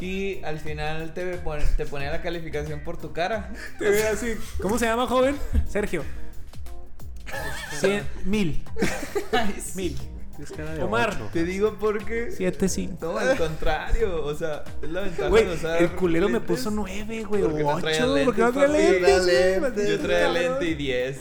Y al final te, pon- te ponía la calificación por tu cara.
Te veo así. ¿Cómo se llama, joven? Sergio. Cien, mil. Mil. Omar.
Te digo porque.
Siete, cinco.
No, al contrario. O sea, es la ventaja
Güey,
de usar
el culero me
lentes.
puso nueve, güey.
Porque
O
no traía
ocho, porque no
lentes,
traía
papi.
lentes, güey.
Yo traía
maldito
Yo traía
cabrón.
lente y 10.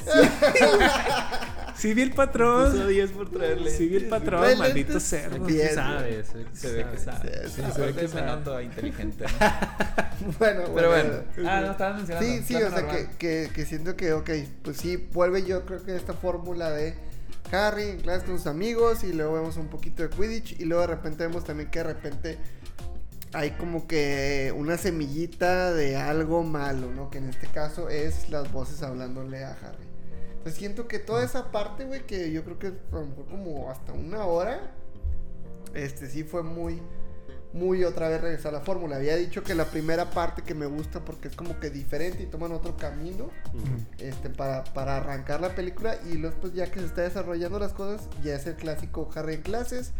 Sí vi el
Puso
patrón.
10 por traer lentes.
Sí vi el patrón,
Trae
maldito
lentes.
cerdo.
Bien,
Sí sabe, sí
Se ve que sabe.
Sí, sí,
se ve que
Aparte me
sabe.
noto inteligente. ¿no?
Bueno,
Pero bueno. Ah, no, estabas mencionando.
Sí, sí,
clase
o sea,
normal.
que, que, que siento que, ok, pues sí, vuelve yo creo que esta fórmula de Harry en clase con sus amigos y luego vemos un poquito de Quidditch y luego de repente vemos también que de repente hay como que una semillita de algo malo, ¿no? Que en este caso es las voces hablándole a Harry. Entonces siento que toda esa parte, güey, que yo creo que a lo mejor como hasta una hora, este sí fue muy muy otra vez regresar a la fórmula. Había dicho que la primera parte que me gusta porque es como que diferente y toman otro camino
Mm,
este, para, para arrancar la película y luego pues, ya que se está desarrollando las cosas, ya es el clásico Harry en clases,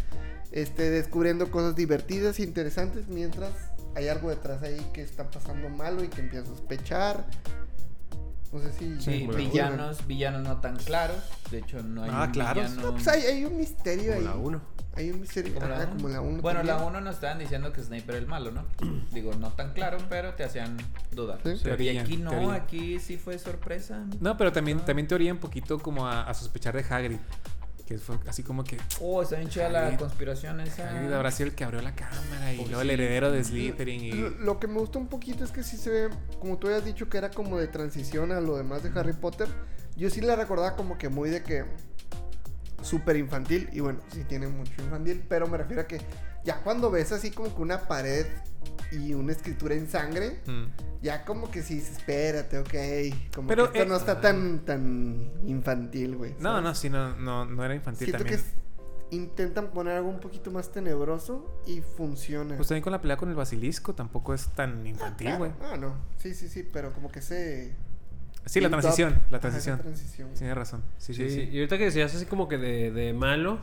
este, descubriendo cosas divertidas e interesantes mientras hay algo detrás ahí que está pasando malo y que empieza a sospechar. No sé si...
Sí,
Sí,
como la
villanos, villanos no tan claros. De hecho, no hay
Ah,
un
claros.
villano-
No, pues hay, hay un misterio
Como
ahí.
la 1.
Hay un misterio
como
ajá,
la
como la 1.
Bueno, la 1 nos estaban diciendo que Snape era el malo, ¿no? Digo, no tan claro, pero te hacían dudar.
Sí.
Pero y
Teoría,
aquí no,
teoría.
aquí sí fue sorpresa.
No, pero también, también te oría un poquito como a, a sospechar de Hagrid. Que fue así como que
Oh, está bien chida la
Hagrid.
conspiración
Ah.
esa.
Hagrid habrá sido el que abrió la cámara y
Pues
luego
sí.
el heredero de Slytherin y...
Lo, lo que me gusta un poquito es que sí se ve, como tú habías dicho, que era como de transición a lo demás de Harry Potter. Yo sí la recordaba como que muy de que súper infantil. Y bueno, sí tiene mucho infantil, pero me refiero a que ya cuando ves así como que una pared y una escritura en sangre,
Mm.
ya como que sí dices, espérate, ok. Como
Pero,
que esto
eh,
no está tan, tan infantil, güey.
No,
¿sabes?
no, sí, no, no, no era infantil
Siento
también.
que es- intentan poner algo un poquito más tenebroso y funciona.
Pues también con la pelea con el basilisco tampoco es tan infantil,
Claro.
güey.
Ah, no. Sí, sí, sí, pero como que se...
Sí, la
build up.
transición, la
Ajá, esa
transición.
transición.
Tienes razón. Sí, sí, sí.
Y ahorita que decías así como que de, de malo,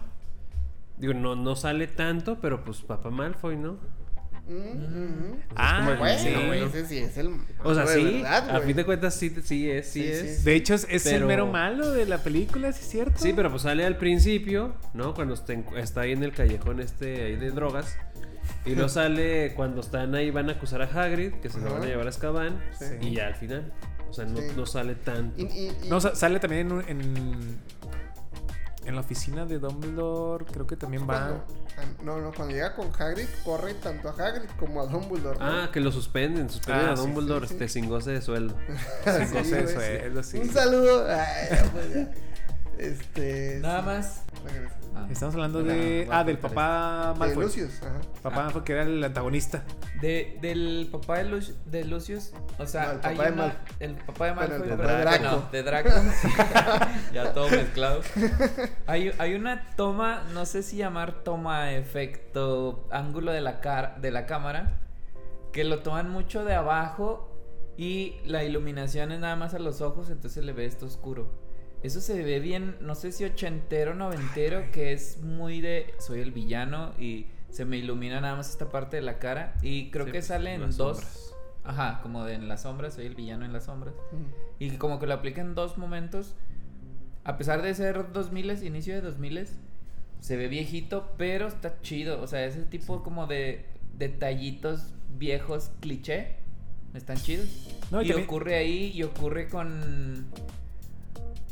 digo, no, no sale tanto, pero pues Papá Malfoy, ¿no?
Mm, ujú.
Ah,
como
Bueno,
sí.
güey, ese sí es el...
O sea,
de
sí,
verdad,
a
güey.
fin de cuentas sí, sí es, sí,
Sí, sí,
es.
sí.
De hecho, es, es el
Pero-
mero malo de la película, ¿sí es cierto?
Sí, pero pues sale al principio, ¿no? Cuando está, en- está ahí en el callejón este ahí de drogas. Y luego sale cuando están ahí, van a acusar a Hagrid, que se lo
Ajá.
van a llevar a Azkaban.
Sí.
Y ya al final. O sea, no,
Sí.
no sale tanto.
Y- y- y-
No, sa- sale también en, un- en, en la oficina de Dumbledore, creo que también va...
cuando- ah, No, no, cuando llega con Hagrid, corre tanto a Hagrid como a Dumbledore. ¿no?
Ah, que lo suspenden, suspenden
Ah,
a
sí,
Dumbledore
sí, sí.
este, sin goce de sueldo.
Sí,
No sé,
güey,
eso
sí.
es algo así.
Un saludo. Ay, ya, pues, ya. Este...
Nada
sí,
más.
regresa.
Ah.
Estamos hablando
Ajá,
de...
voy a
Ah, del
cortar
papá
De
Malfoy.
Lucius, ajá.
Papá Malfoy, que era el antagonista.
De, del papá de, Lu- de Lucius, o
No,
sea,
el
hay
papá de
una-
Mal-
el papá de
Bueno,
Malfoy,
el
pero-
papá de Draco.
no, de Draco, sí. ya todo mezclado. Hay, hay una toma, no sé si llamar toma, efecto, ángulo de la, car- de la cámara, que lo toman mucho de abajo y la iluminación es nada más a los ojos, entonces se le ve esto oscuro. Eso se ve bien, no sé si ochentero, noventero, que es muy de soy el villano y se me ilumina nada más esta parte de la cara. Y creo
Sí,
que
pues,
sale en dos.
las sombras.
Ajá, como de en las sombras, soy el villano en las sombras.
Mm.
Y como que lo aplica en dos momentos. A pesar de ser 2000, inicio de 2000, se ve viejito, pero está chido. O sea, ese tipo como de detallitos viejos cliché están chidos.
No, y
y
también-
ocurre ahí y ocurre con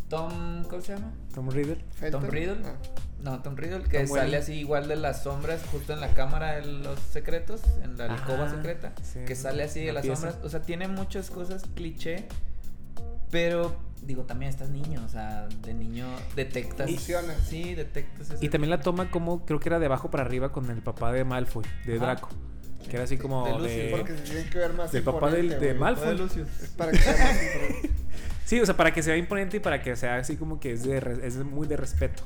Tom, ¿cómo se llama?
Tom Riddle.
Fenton.
Riddle?
Ah.
No, Tom Riddle, que
Tom
sale
Welling.
así igual de las sombras, justo en la cámara de los secretos, en la alcoba
Ajá,
secreta,
sí,
que sale así de
la
las
pieza.
sombras. O sea, tiene muchas cosas cliché, pero digo, también estás niño, o sea, de niño detectas.
Funciona.
Sí, detectas eso.
Y también la toma como, creo que era de abajo para arriba con el papá de Malfoy, de
Ajá.
Draco. Que era así como
de Lucius,
de-
Porque se tiene que ver más
del papá del-
imponente,
de
güey.
Malfoy.
Es para que sea más imponente.
Sí, o sea, para que sea imponente y para que sea así como que es, de re- es muy de respeto.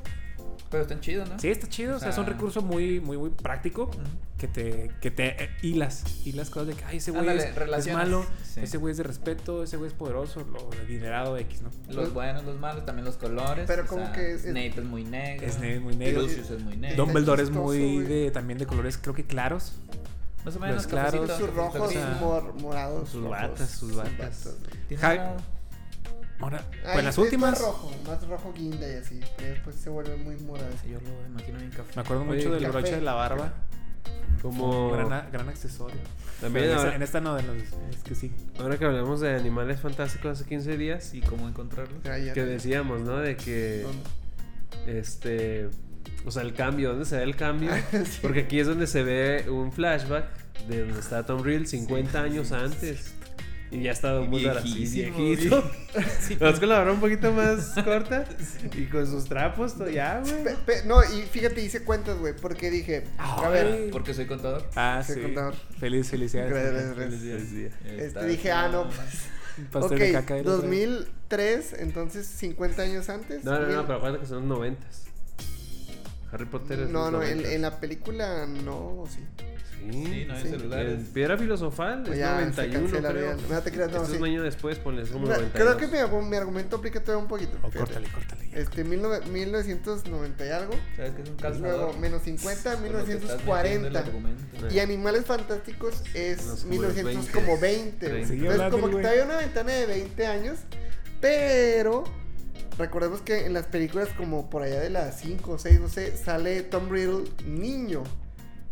Pero están chidos, ¿no?
Sí, está chido, o sea, es un
Ajá.
recurso muy, muy, muy práctico
Ujú.
que te, que te eh, hilas, hilas cosas de que, ay, ese güey
Ándale,
es, es
relaciones.
malo,
Sí.
ese güey es de respeto, ese güey es poderoso, lo adinerado X, ¿no?
Los buenos, los malos, también los colores.
Pero
o
como
sea,
que es- es-
Snape es muy negro.
Snape es muy negro.
Lucius es muy negro.
Dom-
Dumbledore es
chistoso,
muy
güey.
de, también de colores, creo que claros.
Más o menos,
los claros,
cafecito,
Sus
cafecito,
rojos,
o sea,
mor- morados.
sus
rojos,
batas, sus batas.
güey.
Tiene
Hag-
como-
Ahora,
Ah,
pues
y
las
es más
últimas,
rojo, más rojo guinda y así. Y después se vuelve muy morado.
Yo lo imagino bien café.
me acuerdo
Oye,
mucho del
café.
broche de la barba,
Como
gran, a- gran accesorio.
También
Pero en,
ahora-
esta, en esta no, en los- es que sí.
este-
ahora que hablamos de animales fantásticos hace 15 días,
¿Y cómo encontrarlos?
Traía-
que decíamos, ¿no? De que este o sea el cambio dónde se ve el cambio
Sí.
porque aquí es donde se ve un flashback de donde está Tom Riddle 50 años antes y ya está Don Dumbledore así
Viejísimo,
viejito vas con la barba un poquito más corta y con sus trapos to- ya
Pe-
güey
pe- no, y fíjate, hice cuentas, güey, porque dije, a ver,
Ay.
Porque soy contador.
Ah,
Soy
sí.
contador.
Feliz, felicidades.
Gracias, gracias.
Está
este, dije, ah, no,
bien.
pues,
Un pastel de caca
ok,
del otro día.
2003, entonces 50 años antes.
no no
mil-
no pero acuérdate que son los noventas Harry Potter es
No,
los
no, en,
noventas.
en la película no, sí.
sí
Sí, no hay
Sí.
Eh,
celulares.
Piedra filosofal es
Pues ya, se
91,
cancela,
creo.
olvídalo. No, te creas, no,
Esto es
sí.
un año después, ponles como
No,
92.
Creo que mi, argu- mi argumento aplica todavía un poquito.
O
fíjate.
Oh, córtale, córtale. ya.
Este, 19- 1990 y algo.
¿Sabes que es un
Pues Luego,
calzador?
menos 50,
Con lo que estás metiendo el
1940.
argumento.
Sí.
Y Animales Fantásticos es
Unos como
1900
20.
como 20. güey.
Sí,
Entonces,
Bradley,
como que
güey.
todavía una ventana de 20 años, pero recordemos que en las películas como por allá de las 5 o 6, no sé, sale Tom Riddle niño.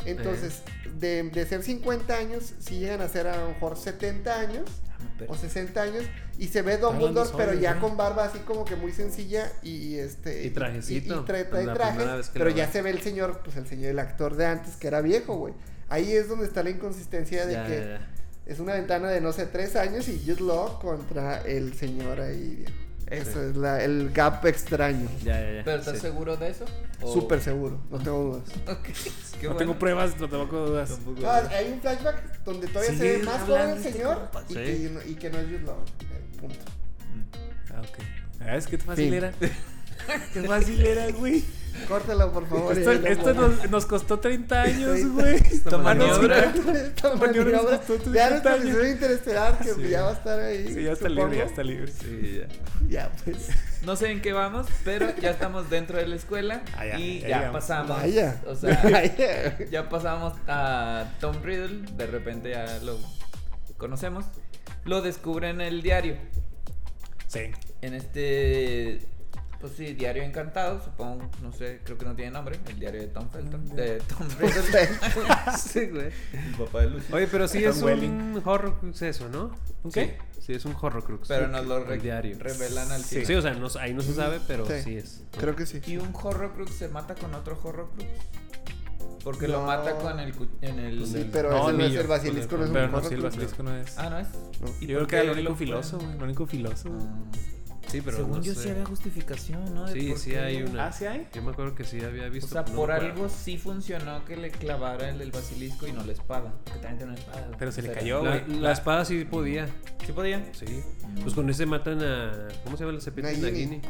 Entonces, de, de ser 50 años, si llegan a ser a lo mejor 70 años
Ah, me
o
perdí.
60 años y se ve
Hablando
Dumbledore pero
sobre,
ya
¿no?
con barba así como que muy sencilla y, y, este
Y trajecito,
y, y trae, trae
la
traje,
primera vez que
pero
lo
ya
ves.
se ve el señor pues el señor el actor de antes que era viejo güey ahí es donde está la inconsistencia de
Ya,
que
ya, ya.
es una ventana de no sé tres años y Jude Law contra el señor ahí viejo eso
Sí.
es la, el gap extraño
Ya, ya, ya.
¿Pero estás
sí.
seguro de eso?
Oh.
¿O-
súper seguro no tengo dudas
Ok, qué
No
bueno.
tengo pruebas, no tampoco dudas.
Tampoco.
Ah, hay un flashback donde todavía
Sí,
se ve más joven el
hablando este
señor
compa.
Sí.
y, que, no- y que no es Jude Law Eh, punto
Mm,
Ah, ok. Ah, Es que fácil
Fin.
era. Qué fácil era, güey.
córtalo por favor
Esto,
y ahí lo
esto
pongo.
nos, nos costó 30 años,
Estoy-
güey. Tomando
maniobra.
Ah,
cigarro.
Esta
Maniobra nos
maniobra.
costó tus
Ya
30
nuestra
años.
misión interestelar que
este Sí.
ya va a estar ahí.
Sí, ya está
supongo.
libre, ya está libre.
Sí, ya.
Ya, pues.
No sé en qué vamos, pero ya estamos dentro de la escuela
Ah, ya,
y
ya
ya,
llegamos.
pasamos.
Vaya.
O sea,
Vaya.
ya pasamos a Tom Riddle, de repente ya lo conocemos. Lo descubre en el diario,
Sí.
en este, pues sí, diario encantado, supongo, no sé, creo que no tiene nombre, el diario de Tom Felton, de Tom Riddle,
Mm. Sí, güey.
el papá de Lucy.
Oye, pero sí
Tom
es un horrocrux eso, ¿no?
¿Un
Sí.
qué?
Sí, es un horrocrux.
Pero nos lo re-
El diario.
revelan al
Sí.
final.
o sea, no- ahí no se sabe, pero
Sí.
sí, es.
Creo que sí.
Y un Horrocrux se mata con otro Horrocrux. Porque lo
No.
mata con el, cu- en
Pues
el...
Sí, pero
No,
ese no es
niño.
el basilisco, no es un
Pero no,
corro-
sí, el basilisco no es.
Ah, ¿no es?
No.
¿Y
Yo creo
por
que era
qué
el único
lo fueron?
filoso, güey. El único filoso.
Ah.
Sí, pero
Según
no
yo
sé.
sí había justificación, ¿no? De
Sí,
por
sí
qué
hay
lo-
una.
Ah, ¿sí hay?
Yo me acuerdo que sí había
O
visto.
sea,
pero no
por
me acuerdo.
algo sí funcionó que le clavara el del basilisco y no la espada. Que también tiene una espada. güey.
Pero se
O
le
sea,
cayó,
La,
güey.
la espada sí podía.
¿Sí podía?
Sí.
Mm.
Pues con ese matan a. ¿Cómo se llama la cepita?
Nagini.
Nagini.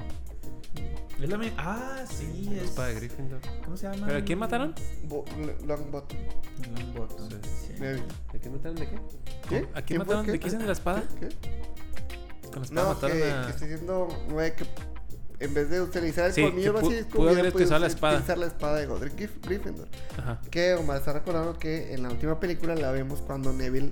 Es la mi- Ah, sí,
La
es...
espada de Gryffindor.
¿Cómo se llama?
¿Pero a quién mataron?
Bo- Longbottom.
Longbottom.
Sí.
Sí.
Mary.
¿De qué mataron? ¿De qué?
¿Qué?
¿A quién
¿Quién fue?
mataron? ¿De quién hicieron la espada?
¿Qué?
Con la espada
No, que,
mataron
que
a.
estoy diciendo güey, que en vez de utilizar el
Sí,
colmillo
que pu-
basilisco,
pudo
hubieran
haber
podido
utilizado la
util-
espada.
utilizar la espada de Godric Gryff- Gryffindor.
Ajá.
Que Omar está recordando que en la última película la vemos cuando Neville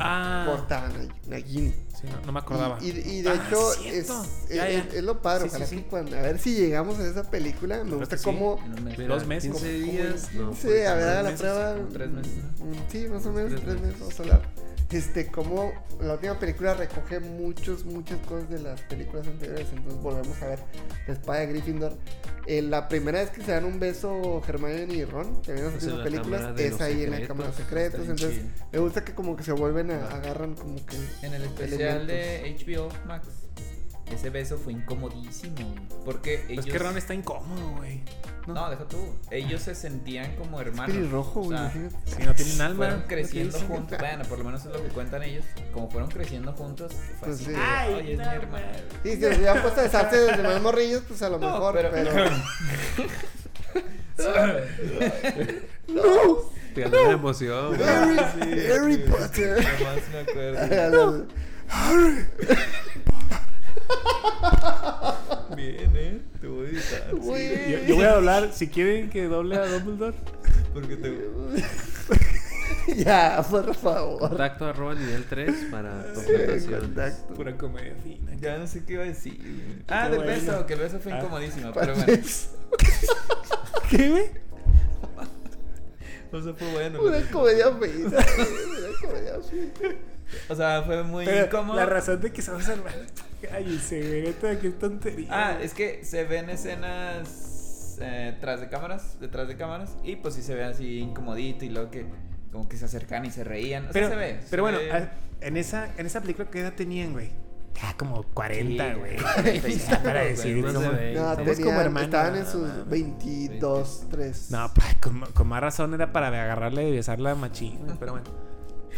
Ah.
corta a Nag- Nagini.
Sí, no, no me acordaba.
Y, y- y de
Ah,
hecho, es,
cierto.
es-
Ya, ya.
es- es lo padre.
Sí, sí,
ojalá
sí.
que cuando- a ver si llegamos a esa película. Me gusta
que sí.
cómo.
En un mes.
Mira,
Dos meses.
15 días. No,
sí,
pues,
a ver, a
tres
la
meses,
prueba.
como tres meses, ¿no?
mm, Sí, más o menos,
Tres
tres, meses.
meses.
Vamos a hablar. Este, cómo la última película recoge muchos, muchas cosas de las películas anteriores. Entonces volvemos a ver la espada de Gryffindor. Eh, la primera vez que se dan un beso Hermione y Ron, también en las
Pues en
últimas
la
películas,
cámara de
es
los
ahí en la cámara secretos.
Está bien
Entonces, me gusta que como que se vuelven a, agarran como que
En el especial de HBO Max, ese beso fue incomodísimo. güey, Porque
Pero
ellos.
Es que Ron Pues está incómodo, güey.
No, deja tú. Ellos se sentían como hermanos.
rojo,
o
güey.
sea,
imagínate.
Sí, no tienen alma.
fueron
¿no?
creciendo
Sí, sí.
juntos. Bueno, por lo menos es lo que cuentan ellos. Como fueron creciendo juntos, fue
Pues
así.
sí.
de,
Ay,
"Oye, es
no,
mi hermano".
man.
Sí, si les hubieran puesto desastre desde más morrillos, pues a lo
No,
mejor,
pero-
pero.
Te ganó la emoción. güey.
Harry, Harry Potter.
Nomás me acuerdo. Bien, ¿eh? Te voy a editar.
Güey.
Yo, yo voy a hablar, si quieren que doble a Dumbledore.
Porque te.
Ya, por favor.
Contacto arroba nivel 3 para confrontaciones.
Contacto.
Pura comedia fina.
Ya no sé qué iba a decir. güey. Ah,
Qué
del
bueno.
beso, que el beso fue
Ah.
incomodísimo. Pero bueno,
¿Qué, güey?
o sea, fue bueno.
Una comedia feita. Una comedia feita.
O sea, fue muy
Pero
incómodo.
La razón de que se va a salvar. Cállense, güey. Neta, qué tontería.
Ah, es que se ven escenas eh, tras de cámaras, detrás de cámaras, y pues sí se ve así incomodito y luego que como que se acercan y se reían. O sea,
Pero,
se ve. se
pero bueno,
ve-
a- en esa, en esa película, ¿qué edad tenían, güey? Ah, como 40,
Sí,
güey.
güey.
Ya, Para decir,
Más de
somos,
veinte.
No,
somos
tenían-
como hermanos.
Estaban en
no
sus
mames.
22, 3.
No, pa, con, con más razón era para agarrarle y besarla machín, güey, pero bueno.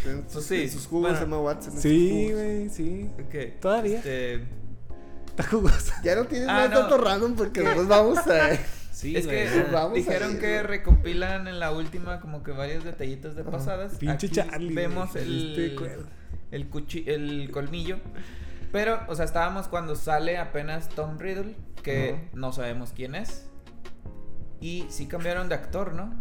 en
pues
sus,
sí,
en sus jugos
bueno.
Emma Watson. en sus
Sí,
jugos.
güey, sí.
Ok,
Todavía.
este,
Está jugosa.
Ya no tienes
Ah,
más
no.
datos random porque nos vamos a.
Sí,
es que
güey.
Nos vamos a
dijeron
ir.
que recopilan en la última como que varios detallitos de
Ajá.
pasadas.
Pinche
Aquí
Charlie.
Vemos
güey, este
el,
cuerno.
el, cuchi- el colmillo. Pero, o sea, estábamos cuando sale apenas Tom Riddle, que
Ajá.
no sabemos quién es. Y sí cambiaron de actor, ¿no?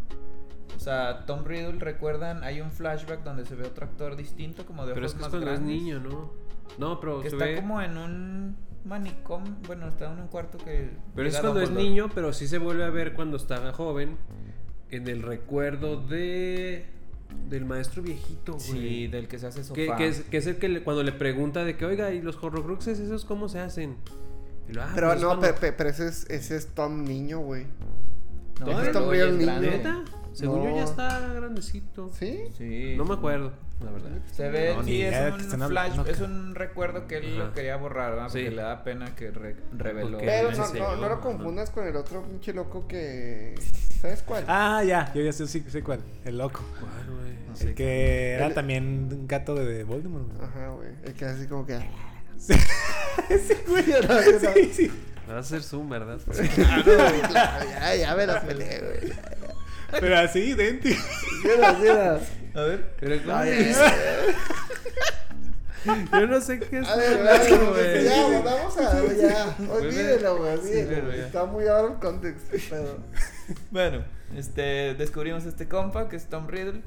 O sea, Tom Riddle, recuerdan, hay un flashback donde se ve otro actor distinto, como de
Pero es
ojos
que es
más
cuando es
grandes,
niño, ¿no? No, pero
Que
se
está
ve.
como en un manicom, bueno, está en un cuarto que...
Pero es
llega
cuando es
Dumbledore.
niño, pero sí se vuelve a ver cuando estaba joven. En el recuerdo de. Del maestro viejito, güey.
Sí, del que se hace sofá.
Que, que es, que es el que le- cuando le pregunta de que, oiga, ¿y los horrocruxes esos cómo se hacen? Y lo, "Ah,
Pero
pues es
no,
cuando-
pe- pe- pero ese es, ese es Tom niño, güey.
No,
Todavía
pero
no
hoy
veo
es
niño.
grande.
¿Neta? Según yo ya
No.
está grandecito.
Eh,
¿Sí?
Sí.
No me acuerdo, la verdad.
Se ve,
No, ni
sí,
idea de qué
es un
están
flash,
hablando.
es un recuerdo que él lo
Ajá.
quería borrar, ¿verdad? Porque
Sí.
le da pena que re- reveló.
Porque-
Pero
él
no,
enseñó,
no, no
ajá.
lo confundas con el otro pinche loco que. ¿Sabes cuál?
Ah, ya, yo ya sé, sí, sé cuál. El loco.
¿Cuál, güey?
No sé
El que era
El-
también un gato de Voldemort. güey.
Ajá, güey. El que así como que.
Sí. Ese güey.
Yo
Ah,
no, yo no.
Sí, sí.
Va a ser Zoom, ¿verdad?
Claro, güey, claro, ya, ya me las peleé, güey.
Pero así, idéntico.
Mira, mira.
A ver.
Pero ¿cómo
Ay,
es?
ay,
Yo no sé qué es.
A ver,
eso,
güey,
güey.
ya, güey, vamos a. Ya, olvídelo, güey.
pero
Olvídelo.
ya.
Está muy out of context. Pero...
Bueno, este, descubrimos este compa que es Tom Riddle.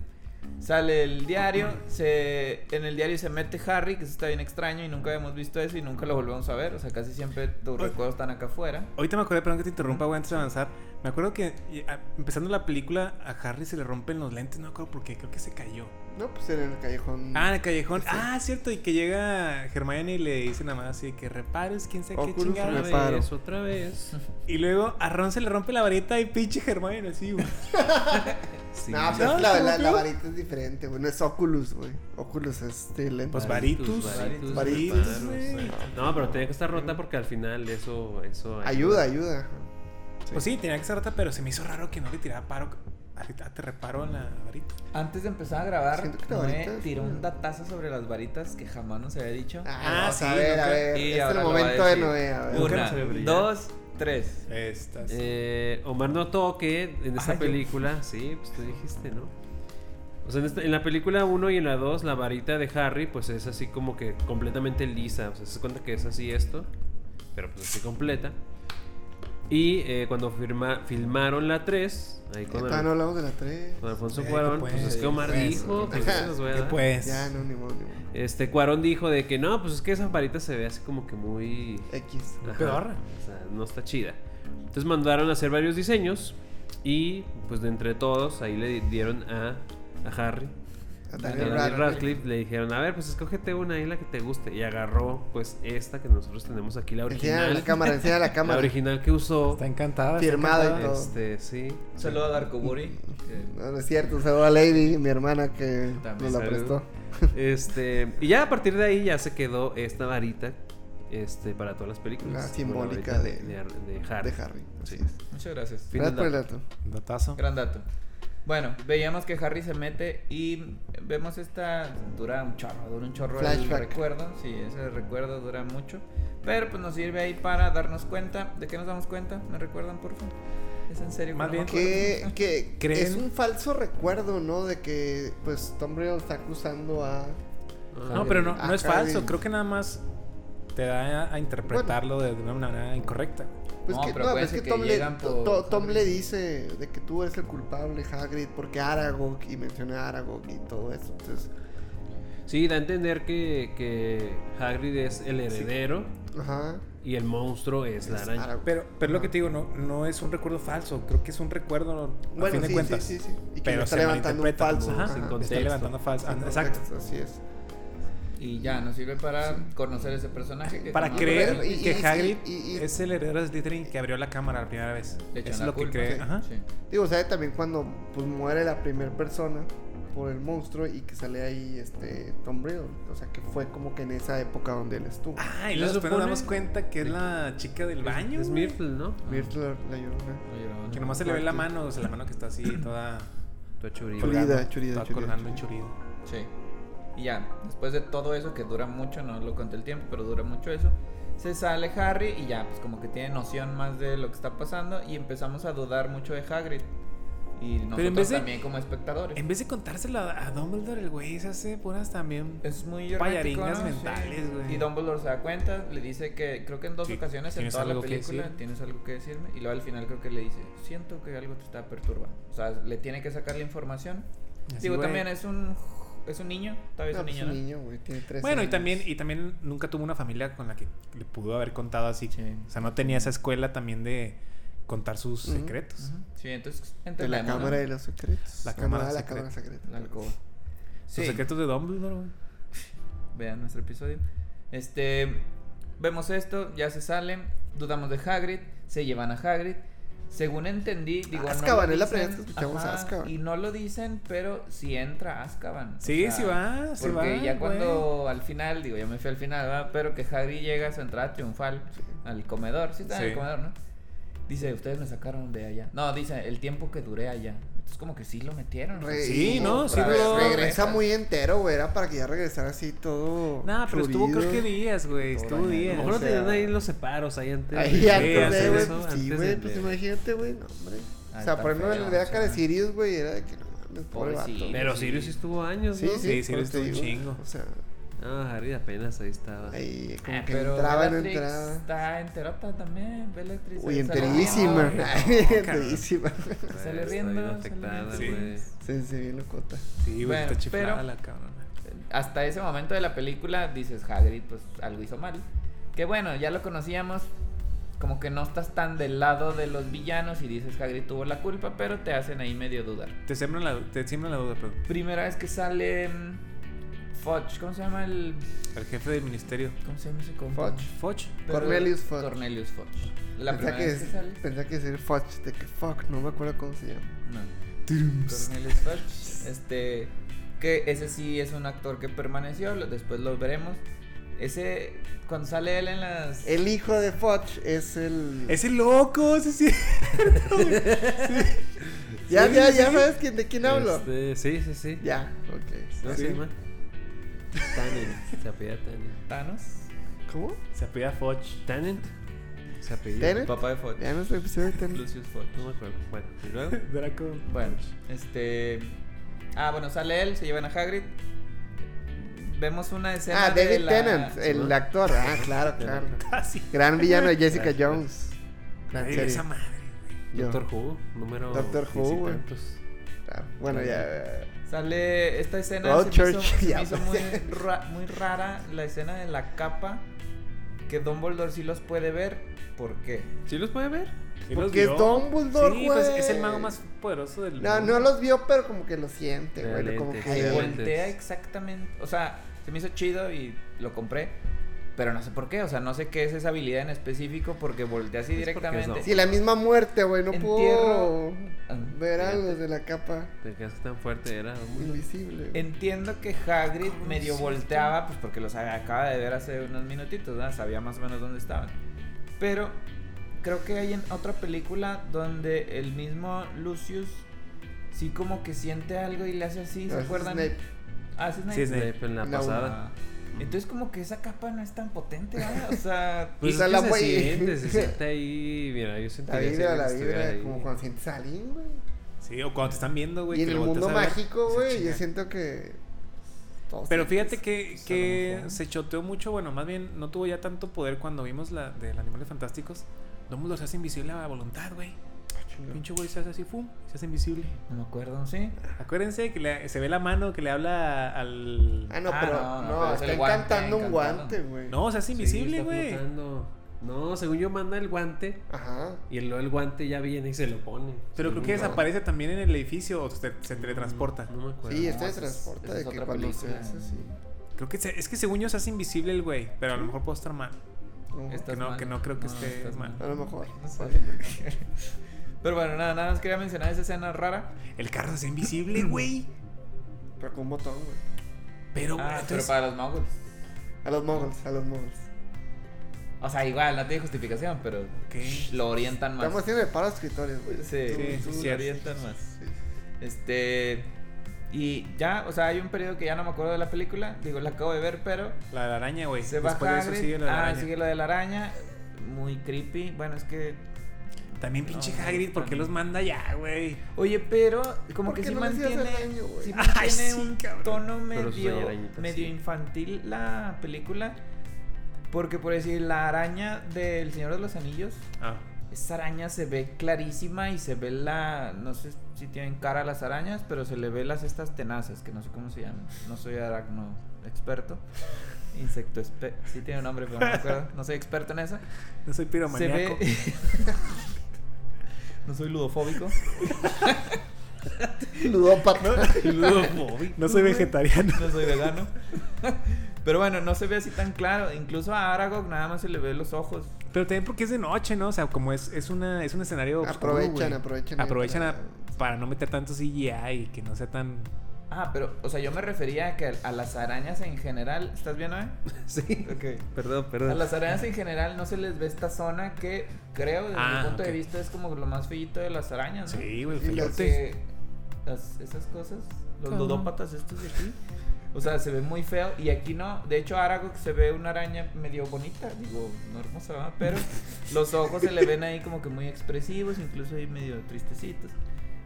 Sale el diario, se, en el diario se mete Harry, que eso está bien extraño y nunca habíamos visto eso y nunca lo volvemos a ver. O sea, casi siempre tus recuerdos están acá afuera.
Ahorita me acordé, perdón que te interrumpa, güey, antes de avanzar. Me acuerdo que y, a- empezando la película a Harry se le rompen los lentes, no me acuerdo por qué, creo que se cayó.
No, pues en el callejón.
Ah, en el callejón. Ah, cierto, y que llega Hermione y le dice nada más así de que repares, quién sabe qué
Oculus
Otra
chingada.
Repair. Reparo.
vez, otra vez.
Y luego a Ron se le rompe la varita y pinche Hermione así, güey.
Sí.
No, pues
No,
la,
¿cómo
la- la
no?
varita es diferente, güey. No es Oculus, güey. Oculus es este, de lente.
Pues varitus.
Varitus,
Varitus,
reparos,
güey.
No, pero tenía que estar rota porque al final eso, eso
Ayuda, ayuda.
Pues sí, tenía que ser rata, pero se me hizo raro que no le tiraba paro. a- a- te reparo en la varita.
Antes de empezar a grabar,
Siento que la
Noé
varita es
tiró un
una-
datazo sobre las varitas que jamás nos había dicho.
Ah,
Ah,
no,
sí,
a ver, a
nunca-
ver.
Y
Este es
ahora
el
lo va a
momento de
decir.
Noé, a ver.
Nunca
Una,
nos había brillado.
dos, tres.
Estas.
Eh, Omar notó que en esta
Ah,
Ay, yo-
película, sí, pues tú dijiste, ¿no? O sea, en, esta- en la película 1 y en la 2, la varita de Harry, pues es así como que completamente lisa. O sea, se das cuenta que es así esto, pero pues así completa. Y eh, cuando firma- filmaron la 3, ahí con,
Ah,
Al-
no hablamos de la 3.
con Alfonso
Eh,
Cuarón,
pues,
pues es que Omar
pues,
dijo, pues
ajá,
se los voy a
¿Qué
dar.
pues?
Ya, no, ni modo, ni modo.
Este, Cuarón dijo de que no, pues es que esa varita se ve así como que muy...
X.
Ajá.
Pedorra.
O sea, no está chida. Entonces mandaron a hacer varios diseños y pues de entre todos ahí le dieron a, a Harry.
A
A
Daniel
Daniel
Radcliffe.
Radcliffe le dijeron, a ver, pues escógete una ahí la que te guste. Y agarró pues esta que nosotros tenemos aquí, la
Enseña la
original.
cámara, enseña la
La
cámara.
original que usó.
Está encantada. está
Firmada y
encantada.
todo.
Este, sí.
Un saludo a Darkoburi.
No, no es cierto, saludo a Lady, mi hermana que
También
nos la
saludo.
prestó.
Este, y ya a partir de ahí ya se quedó esta varita. Este, para todas las películas.
La
Como
simbólica
varita
de-
de, de Harry.
De Harry.
Sí.
así es.
Muchas gracias.
Fin del
Gracias por el
dato.
dato.
Datazo.
Gran dato. Bueno, veíamos que Harry se mete y vemos esta. Dura un chorro, dura un chorro
Flashback.
el recuerdo. Sí, ese recuerdo dura mucho. Pero pues nos sirve ahí para darnos cuenta. ¿De qué nos damos cuenta? ¿Me recuerdan, por favor? Es en serio.
Más
que no me
Que,
acuerdo.
que
¿Creen?
es un falso recuerdo, ¿no? De que pues Tom Riddle está acusando a...
Ajá.
No, pero no, no es
Ajá,
falso.
bien.
Creo que nada más te da a, a interpretarlo de, de una manera incorrecta.
Pues
No,
que,
pero
no,
acuérdense
es que,
que
Tom, le,
llegan
to-
por
to- Tom
Hagrid.
le dice de que tú eres el culpable, Hagrid, porque Aragog, y menciona a Aragog y todo eso. Entonces,
Sí, da a entender que, que Hagrid es el heredero
ajá.
y el monstruo es, la
es
araña.
Aragog.
Pero, pero lo que te digo, no, no es un recuerdo falso. Creo que es un recuerdo a
Bueno,
fin de
sí,
cuentas.
sí, sí, sí. Y que
Pero
lo está
se
levantando un
malinterpreta como-
falso.
ajá,
ajá.
sin
está
contexto.
levantando falso.
Sin
ah, exacto.
contexto, Así es.
Y ya, nos sirve para conocer ese personaje. que
Para
jamás-
creer
y-
que
y-
Hagrid
y- y-
es el heredero de Slytherin que abrió la cámara la primera vez.
le echan
Es
la
lo que
culpa,
cree.
sí,
Ajá.
sí.
Digo, ¿sabes también cuando pues, muere la primera persona por el monstruo y que sale ahí este Tom Riddle? O sea, que fue como que en esa época donde él estuvo.
Ah, y
¿No
luego después nos
supone?
damos cuenta que es la chica del baño.
Es
güey,
Myrtle, ¿no?
Myrtle la- la llorona.
Oye, no,
Que
no.
nomás se le ve la mano, o sea, la mano que está así toda
Tu achuribá.
Churida,
colgando,
churida,
toda
churida,
colgando y
churida.
churida.
Sí. Y ya, después de todo eso que dura mucho, no lo conté el tiempo, pero dura mucho eso, se sale Harry y ya, pues como que tiene noción más de lo que está pasando y empezamos a dudar mucho de Hagrid. Y nosotros
en vez de-
también como espectadores.
En vez de contársela a Dumbledore, el güey se hace puras también.
Es muy errático,
Payaringas
¿no?
mentales, güey.
Y Dumbledore se da cuenta, le dice que creo que en dos
Sí,
ocasiones en
¿tienes
toda la
algo que
película
decir?
tienes algo que decirme y luego al final creo que le dice, siento que algo te está perturbando. O sea, le tiene que sacar la información.
Así,
Digo,
güey.
también es un es un niño, todavía es
No,
un
pues,
niño,
un
¿no?
niño, güey, tiene 13
Bueno, y
años.
también, y también nunca tuvo una familia con la que le pudo haber contado así.
Sí.
O sea, no tenía esa escuela también de contar sus
Ujú.
secretos.
Ujú. Sí, entonces
De la
entendemos, ¿no?
cámara de los secretos.
La
La
cámara
cámara de la
secreta.
cámara secreta.
La alcoba. Sí,
Los secretos de Dumbledore, güey.
vean nuestro episodio. Este, vemos esto, ya se salen, dudamos de Hagrid, se llevan a Hagrid. Según entendí, digo, no lo
Azkaban, es la primera
dicen,
vez que escuchamos
ajá,
Azkaban.
Y no lo dicen, pero si entra Azkaban. o
Sí,
sea,
sí va, sí va.
Porque ya
güey.
cuando al final, digo, ya me fui al final, ¿verdad? pero que Hagrid llega a su entrada triunfal al comedor, sí está en el
Sí.
comedor, ¿no? Dice, ustedes me sacaron de allá. No, dice, el tiempo que duré allá. Entonces como que sí lo metieron.
Re-
Sí,
y
¿no?
como
Sí,
otra vez,
duró-
pues, Regresa muy entero, güey. Era para que ya regresara así todo.
Nah, pero estuvo
chorido.
creo que días, güey.
Todo
A
Estuvo
dañado.
lo
días.
mejor
O
no tenían
sea,
ahí los separos ahí antes.
Ahí
Sí,
ya,
hacer
entonces, güey.
eso
pues,
antes
Sí,
de-
güey, pues imagínate, güey. No, hombre.
Ah,
O sea,
está
por ejemplo,
feo,
la idea
sí.
cara de Sirius, güey, era de que no mames, pobre vato.
Pobrecito.
güey.
Pero Sirius sí estuvo años,
Sí,
¿no?
sí,
Sí, Sirius
por eso
estuvo
te
un
digo,
chingo.
O sea,
Ah, Harry apenas ahí estaba.
ahí como
Ah,
que
pero
entraba, no
Bellatrix
entraba.
Está enterota también, Bellatrix.
Uy,
Se sale
enterísima.
riendo,
ay, Enterísima.
Está
sale
bien
riendo, sale
afectada,
riendo.
güey.
Se se bien locota.
Sí, güey,
Bueno,
está chiflada
pero-
la cabrona.
Hasta ese momento de la película dices, Hagrid, pues algo hizo mal. Que bueno, ya lo conocíamos. Como que no estás tan del lado de los villanos y dices, Hagrid tuvo la culpa, pero te hacen ahí medio dudar.
Te siembran la, te siembran la duda, pero
Primera vez que sale mm, Fudge, ¿cómo se llama el...?
el jefe del ministerio.
¿Cómo se llama ese compa?
Fudge.
Foch.
Pero-
Cornelius Fudge.
Cornelius Fudge.
Pensaba
La primera
que,
vez que sale.
es- pensaba que decir Fudge, de que fuck, no me acuerdo cómo se llama.
No. Cornelius Fudge. Este. Que ese sí es un actor que permaneció. lo- Después lo veremos. Ese. Cuando sale él en las.
El hijo de Fudge es el.
Ese loco, sí, sí.
ya,
sí,
ya,
sí.
ya sabes quién, de quién hablo.
Este, sí, sí, sí.
Ya, ok.
¿Cómo
Sí.
se llama? Tannen. Se apellida Tannen.
Thanos.
¿Cómo?
Se apellida Foch.
¿Tannen? Se apellida.
¿Tannen?
El papá de Fudge.
Ya no es el episodio de Ah, Ten.
Lucius Fudge.
No me acuerdo. Bueno, y luego.
Draco.
Bueno, este. Ah, bueno, sale él, se llevan a Hagrid. Vemos una escena.
Ah,
de
David
la-
Tennant, el
¿no?
actor. Ah, claro, claro.
Casi.
Gran villano de Jessica
Claro.
Jones. Gran
Ay,
serie.
esa madre.
Yo.
Doctor Who, número.
Doctor Who, güey. Pues,
veintitantos.
Claro. Ah, Bueno, ya. eh,
Sale esta escena.
Broad
se me hizo,
Church,
se me
ya.
hizo muy, ra- muy rara la escena de la capa. Que Dumbledore sí los puede ver. ¿por qué?
¿Sí los puede ver?
Sí los
Porque es
vio.
Dumbledore,
Sí, pues es el
güey.
mago más poderoso del
No,
mundo.
no los vio, pero como que lo siente,
De
güey. Como
lentes,
que.
sí,
Se
de
ahí-
lentes.
voltea exactamente. O sea, se me hizo chido y lo compré. Pero no sé por qué. O sea, no sé qué es esa habilidad en específico porque voltea así
Es porque es
directamente.
Sí, la misma muerte, güey. No pudo
Ah,
ver a
fíjate.
los de la capa
Te quedaste tan fuerte, era. muy-
invisible. güey.
Entiendo que Hagrid medio volteaba, pues porque los acaba de ver hace unos minutitos, ¿verdad? Sabía más o menos dónde estaban. Pero creo que hay en otra película donde el mismo Lucius sí como que siente algo y le hace así, ¿se
Ah,
acuerdan?
Snape.
Ah, sí, Snape.
Sí,
Ah.
Snape.
Snape en la
La
pasada.
Entonces como que esa capa no es tan potente, ¿verdad? O sea,
Pues
O sea,
es
la
que se
güey-
siente, se siente ahí. Mira, yo
La
sentiría así
vibra,
que
la
estuviera
vibra,
ahí.
como cuando sientes a alguien, güey.
Sí, o cuando te están viendo, güey.
Y
que
en el
lo
mundo
volteas a ver,
mágico,
se
güey, yo
chingan.
siento que. todos
Pero
sienten
fíjate que,
a
que
lo mejor.
se choteó mucho, bueno, más bien no tuvo ya tanto poder cuando vimos la del Animales Fantásticos. Dumbledore se hace invisible a voluntad, güey. Pinche güey se hace así, fum, se hace invisible.
no me acuerdo, ¿sí?
Ah.
Acuérdense que le- se ve la mano que le habla al...
Ah, no,
Ah,
pero. No,
no, no, pero es el
está
guante,
encantando un
encantando.
guante, güey.
No, se hace
Sí,
invisible,
está
güey.
flotando. No, según yo manda el guante.
Ajá.
Y luego el guante ya viene y se lo pone.
Pero creo que
no.
desaparece también en el edificio o se, se teletransporta.
No me acuerdo.
Sí,
Pues no,
este
esa
de
es-
transporte,
esa
de
es
que
otra
cuando se
película.
hace así.
Creo que se- es que según yo se hace invisible el güey, pero a lo mejor puedo estar mal.
No,
Estás
Que no-
mal.
que no creo que esté
estás
mal.
A lo mejor.
No sé. Pero bueno, nada, nada más quería mencionar esa escena rara.
El carro se hace invisible, güey.
Pero con un botón, güey.
Pero,
Ah, pero
entonces-
para los muggles.
A los moguls, a los moguls.
O sea, igual, no tiene justificación, pero
Ok.
lo orientan más.
Estamos haciendo de paro escritores, güey.
Sí,
Sí,
sí,
sí,
lo
cierto.
orientan más.
Sí.
Este. Y ya, o sea, hay un periodo que ya no me acuerdo de la película. Digo, la acabo de ver, pero
La de la araña, güey.
se
Después
baja
de eso
Hagrid.
sigue la de la
ah,
araña.
sigue la de la araña. Muy creepy. Bueno, es que.
También pinche
No,
Hagrid, ¿por qué
también.
los manda ya, güey?
Oye, pero como
¿Por
que
qué
sí
no les ibas
mantiene.
al baño, güey?
sí
Ay,
mantiene
sí,
un
cabrón.
tono
Pero sus
medio,
arañitas,
medio
sí.
infantil la película. Porque por decir, la araña del Señor de los Anillos.
Ah,
Esa araña se ve clarísima y se ve la. No sé si tienen cara las arañas, pero se le ve las estas tenazas, que no sé cómo se llaman. No soy aracno experto. Insecto espe- Sí tiene un nombre, pero no me acuerdo. No soy experto en eso.
no soy
Se
piromaniaco.
ve. no soy ludofóbico.
Ludópata.
No soy vegetariano.
No soy vegano. Pero bueno, no se ve así tan claro. Incluso a Aragog nada más se le ve los ojos.
Pero también porque es de noche, ¿no? O sea, como es, es, una, es un escenario. oscuro,
Aprovechan,
güey.
aprovechan.
Aprovechan
ahí
a- para no meter tanto CGI y que no sea tan.
Ah, pero, o sea, yo me refería a que a las arañas en general. ¿Estás bien, eh?
Sí.
Ok.
Perdón,
A
perdón.
las arañas en general no se les ve esta zona que creo desde
Ah,
mi punto
ok.
de vista es como lo más feíto de las arañas. ¿no?
Sí, güey,
Y las
feyote.
Porque las- esas cosas, los
Claro.
ludópatas estos de aquí, o sea, se ve muy feo y aquí no. De hecho, Aragog se ve una araña medio bonita, digo, no hermosa, ¿verdad? pero los ojos se le ven ahí como que muy expresivos, incluso ahí medio tristecitos.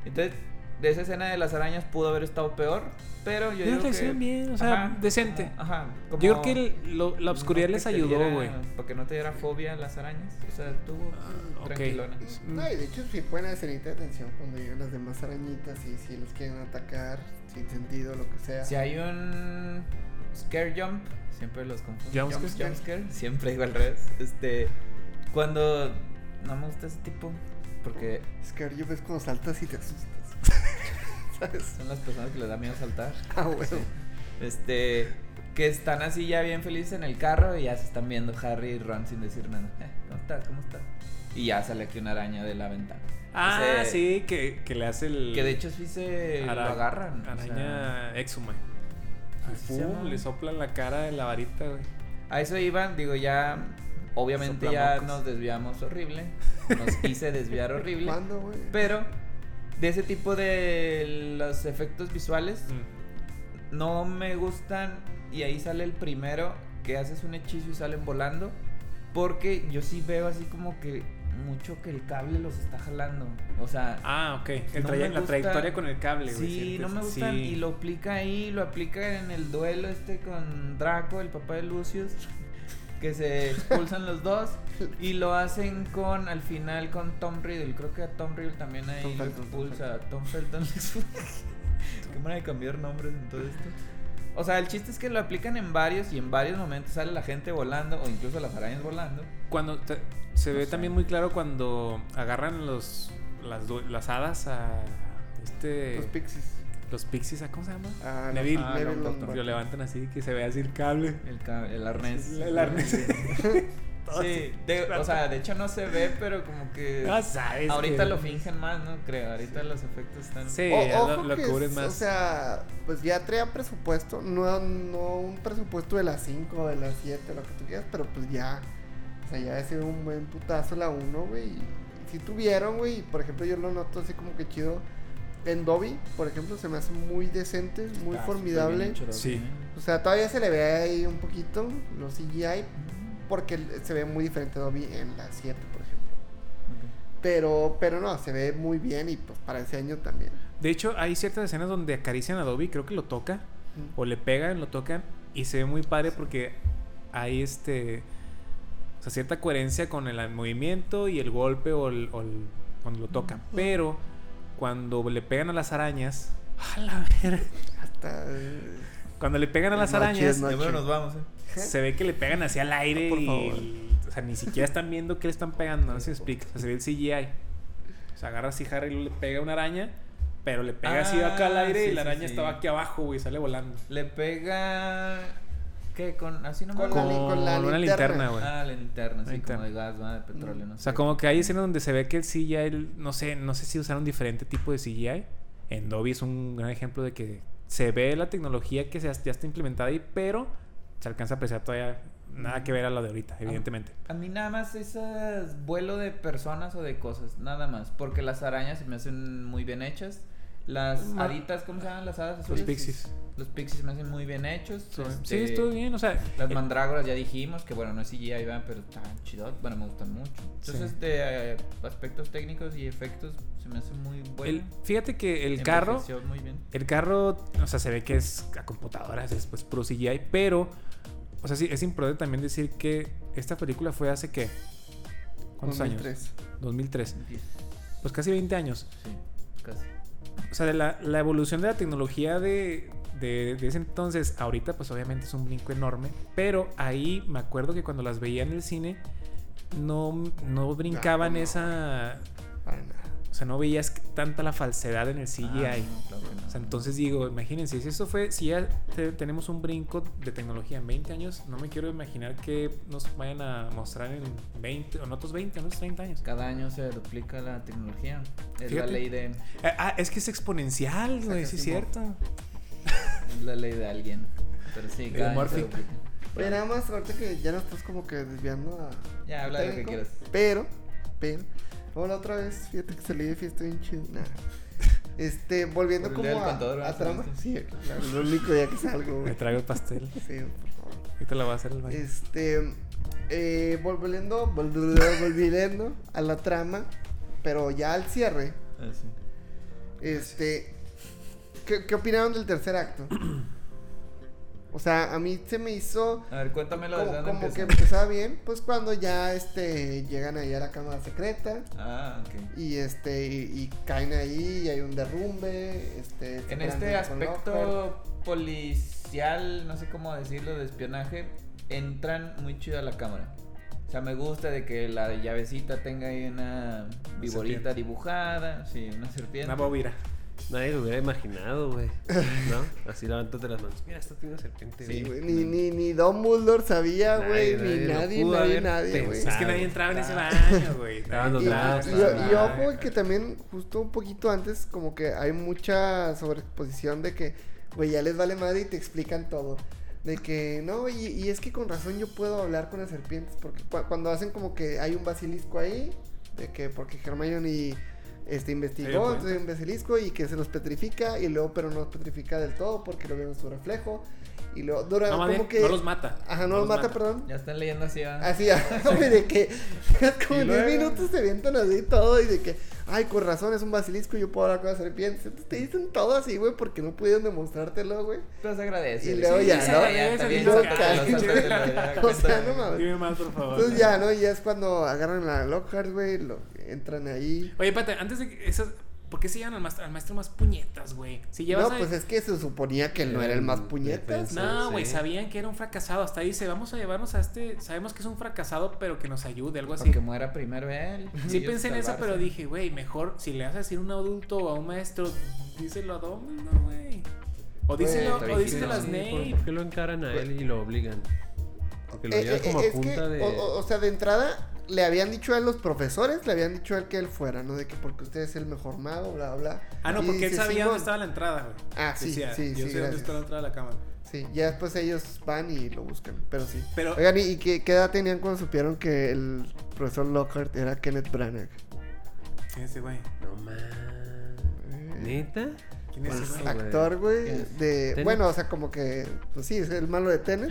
Entonces, de esa escena de las arañas pudo haber estado peor, pero yo
Yo
digo
creo que
que
hicieron bien, o sea, decente.
Ajá.
Yo
como-
creo que el- lo- la obscuridad
no
les
que te
ayudó,
diera-
güey.
Para que no te diera fobia a las arañas. O sea, estuvo
Ah, ok.
tranquilona.
No, y de hecho sí buena escenita de atención cuando llegan las demás arañitas y si los quieren atacar sin sentido, lo que sea.
Si hay un scare jump, siempre los confundo.
Jump
Jump
scare.
jump scare, siempre digo al revés. Este, cuando no me gusta ese tipo, porque
Es que yo ves cuando saltas y te asustas. ¿Sabes?
son las personas que les da miedo saltar.
Ah, bueno.
Este, que están así ya bien felices en el carro y ya se están viendo Harry y Ron sin decir nada. Eh, ¿Cómo estás? ¿Cómo estás? Y ya sale aquí una araña de la ventana.
Ah,
Ese-
sí, que, que le hace el.
Que de hecho sí se
ara-
lo agarran. o sea,
Araña exuma. Y
así se llama.
pum, le soplan la cara de la varita, güey.
A eso iban, digo, ya. Obviamente ya
Soplamocos.
nos desviamos horrible. Nos quise desviar horrible.
¿Cuándo, güey?
Pero de ese tipo de los efectos visuales
Mm.
no me gustan. Y ahí sale el primero que haces un hechizo y salen volando. Porque yo sí veo así como que mucho que el cable los está jalando. O sea,
Ah, ok. El
No
traya-
me
la
gusta-
trayectoria con el cable, güey.
Sí,
sientes-
no me gustan.
sí.
Y lo aplica ahí, lo aplica en el duelo este con Draco, el papá de Lucius. Que se expulsan los dos. Y lo hacen con, al final, con Tom Riddle. Creo que a Tom Riddle también ahí
Tom
lo
Felton, Tom
expulsa. Tom Felton lo expulsa. Qué manera de cambiar nombres en todo esto. O sea, el chiste es que lo aplican en varios y en varios momentos sale la gente volando o incluso las arañas volando.
Cuando te- se
No
ve
sé.
también muy claro cuando agarran los las, du- las hadas a este
Los pixies.
los pixies, ¿a cómo se llama?
Ah, los-
Neville.
ah,
Neville
los-
Longbottom.
los-
Lo levantan así que se ve así el cable.
El, ca- el arnés.
El- el arnés. Todo
Sí,
así.
de- o sea, de hecho no se ve, pero como que...
Ya Ah, sabes.
Ahorita
que-
lo fingen más, ¿no? Creo, ahorita los efectos están...
Sí,
O-
ya
ojo
lo, lo
que
cubren
es-
más.
O sea, pues ya traían presupuesto, no, no un presupuesto de las 5, de las 7, lo que tú quieras, pero pues ya, o sea, ya ese un buen putazo la 1, güey. Y Si tuvieron, güey, y por ejemplo, yo lo noto así como que chido. En Dobby, por ejemplo, se me hace muy decente, muy
Ah,
Está
formidable.
Ah, súper bien hecho,
Sí.
¿no?
O sea, todavía se le ve ahí un poquito los CGI, porque se ve muy diferente Dobby en la 7, por ejemplo.
Ok.
Pero, pero no, se ve muy bien y pues para ese año también.
De hecho, hay ciertas escenas donde acarician a Dobby, creo que lo toca o le pegan, lo tocan y se ve muy padre porque hay este o sea, cierta coherencia con el movimiento y el golpe o, el- o el- cuando lo tocan, pero cuando le pegan a las arañas, a la verga,
Hasta... eh,
cuando le pegan a
Es
las
noche,
arañas
es noche.
De bueno, nos vamos, ¿eh?
se ve que le pegan hacia el aire
Por
y
favor.
o sea, ni siquiera están viendo qué le están pegando, no se explica, o sea, se ve el CGI. O sea, agarra así Harry y luego le pega una araña, pero le pega así acá al
Ah,
aire
sí,
y la
sí,
araña
sí.
estaba aquí abajo, güey, sale volando.
Le pega... ¿Qué? Con... Así no
Con
me
la
Con,
acuerdo.
li- con la linterna.
una linterna, güey.
Ah, la linterna,
La
así
linterna.
como de gas, ¿no? De petróleo, no
O
sé.
sea, como que hay escenas donde se ve que el CGI, el- no sé, no sé si usaron diferente tipo de CGI. En Dobby es un gran ejemplo de que se ve la tecnología que se, has- ya está implementada ahí, pero se alcanza a apreciar todavía nada que ver a lo de ahorita, evidentemente.
A mí nada más esas vuelo de personas o de cosas, nada más. Porque las arañas se me hacen muy bien hechas. Las
Ma-
haditas, ¿cómo se llaman las hadas
Los
azules?
pixies.
Los pixies me hacen muy bien hechos.
Sí, sí,
este,
estuvo bien. O sea,
Las
eh,
mandrágoras ya dijimos, que bueno, no es CGI, ¿verdad? pero está chido, bueno, me gustan mucho. Entonces,
Sí.
de eh, aspectos técnicos y efectos, se me hace muy bueno.
el- fíjate que el carro.
Envejeció Muy bien.
El carro, o sea, se ve que es a computadoras, es pues puro CGI, pero, o sea, sí, es importante también decir que esta película fue hace qué? ¿Cuántos años?
2003.
2003.
Sí,
Pues casi 20 años.
casi.
O sea, de la, la evolución de la tecnología de, de- de ese entonces, ahorita pues obviamente es un brinco enorme, pero ahí me acuerdo que cuando las veía en el cine, no, no brincaban
no.
esa...
Para nada.
O sea, no veías tanta la falsedad en el CGI.
Ah, no, claro que no.
O sea, entonces digo, imagínense, si eso fue, si ya te- tenemos un brinco de tecnología en 20 años, no me quiero imaginar que nos vayan a mostrar en 20, o en otros 20, en otros 30 años.
Cada año se duplica la tecnología. Es la
Fíjate.
ley de
Ah, ah, es que es exponencial, güey, sí es cierto.
es la ley de alguien. Pero sí, cada año se
Murphy.
duplica.
Oye, nada más, ahorita que ya nos estás como que desviando a.
Ya,
a
habla de lo que
técnico,
quieras.
Pero, pero. Hola, otra vez. Fíjate que salí de fiesta bien chido. Nada. Este, volviendo
Por
como
el día del
a,
contador,
a
¿verdad?
trama. Sí, claro, lo único día que salgo,
Me
güey.
traigo el pastel.
Sí, por favor.
Ahorita la va a hacer el baño.
Este, eh, volviendo, volviendo, volviendo a la trama, pero ya al cierre.
Ah, sí.
Este, ¿qué, qué opinaron del tercer acto? O sea, a mí se me hizo
A ver, cuéntamelo desde
como,
dónde
como que
empieza.
empezaba bien, pues cuando ya este llegan ahí a la cámara secreta
Ah, ok.
y este y, y caen ahí y hay un derrumbe, este se
En
pelean
este
con Lockhart.
aspecto policial, no sé cómo decirlo, de espionaje, entran muy chido a la cámara. O sea, me gusta de que la llavecita tenga ahí una viborita
serpiente.
dibujada, sí, una serpiente.
Una bobira.
Nadie lo hubiera imaginado, güey. ¿No? Así levántate las manos. Mira, esta tiene una serpiente,
Sí,
güey.
Sí, güey, ni, ni, ni Don Mulder sabía,
Nadie, nadie
güey, ni
lo
nadie,
pudo
nadie,
haber
nadie, güey.
pensado.
Es que nadie entraba en ese
Está-
baño, güey.
Está
Nadie-
Y,
abandonado,
y-
está
y- y ojo que también, justo un poquito antes, como que hay mucha sobreexposición de que, güey, ya les vale madre y te explican todo. De que, no, y, y es que con razón yo puedo hablar con las serpientes, porque cua- cuando hacen como que hay un basilisco ahí, de que porque Hermione este,
Se dio
investigó,
cuenta.
entonces hay un basilisco y que se los petrifica, y luego, pero no los petrifica del todo porque lo vieron su reflejo, y luego, dura,
No, más
como
bien,
que...
no los mata.
Ajá, no, los mata, perdón.
Ya están leyendo así. ¿ah?
Así, güey, de que como
Y
10
luego-
minutos se avientan así y todo y de que, ay, con razón es un basilisco y yo puedo hablar con las serpientes. Entonces te dicen todo así, güey, porque no pudieron demostrátelo, güey.
Los agradece.
Y luego ya, ¿no?
está bien,
Y luego
sáltatelo,
cae.
sáltatelo, ya,
O sea,
cuéntame.
no mames.
Dime más, por favor.
Entonces ya, ¿no? Y ya es cuando agarran a Lockhart, güey, lo, entran ahí.
Oye, pata, antes de que esas... ¿Por qué se llevan al maestro, al maestro más puñetas, güey? Si llevas
No,
a-
pues es que se suponía que él no era el más puñetas.
No,
Sí,
güey,
sí.
sabían que era un fracasado. Hasta dice, vamos a llevarnos a este. Sabemos que es un fracasado, pero que nos ayude, algo así.
Porque muera primero él.
Sí
ellos
pensé en eso,
salvarse.
pero dije, güey, mejor si le vas a decir a un adulto o a un maestro, díselo a Dumbledore, güey. O díselo,
está
o
difícil,
díselo a
sí,
Snape.
¿Por qué lo encaran a él y lo obligan? Porque lo
Eh,
llevan
eh,
como a
es
punta
que,
de.
o, o- o sea, de entrada le habían dicho a él los profesores, le habían dicho a él que él fuera, ¿no? De que porque usted es el mejor mago, bla, bla, bla.
Ah, no,
Y
porque él
dice,
sabía
"Simón".
dónde estaba la entrada, güey.
Ah, sí,
Decía,
sí,
Yo
sí,
sé dónde
gracias.
está la entrada de la cámara.
Sí, ya después ellos van y lo buscan, pero sí.
Pero,
Oigan, ¿y, y qué, qué edad tenían cuando supieron que el profesor Lockhart era Kenneth Branagh?
ese güey.
No mames.
Eh,
¿Neta?
¿Quién es ese
Pues,
güey?
ah,
actor, güey,
¿Quién?
de...
¿Tenet?
Bueno, o sea, como que... Pues sí, es el malo de Tenet.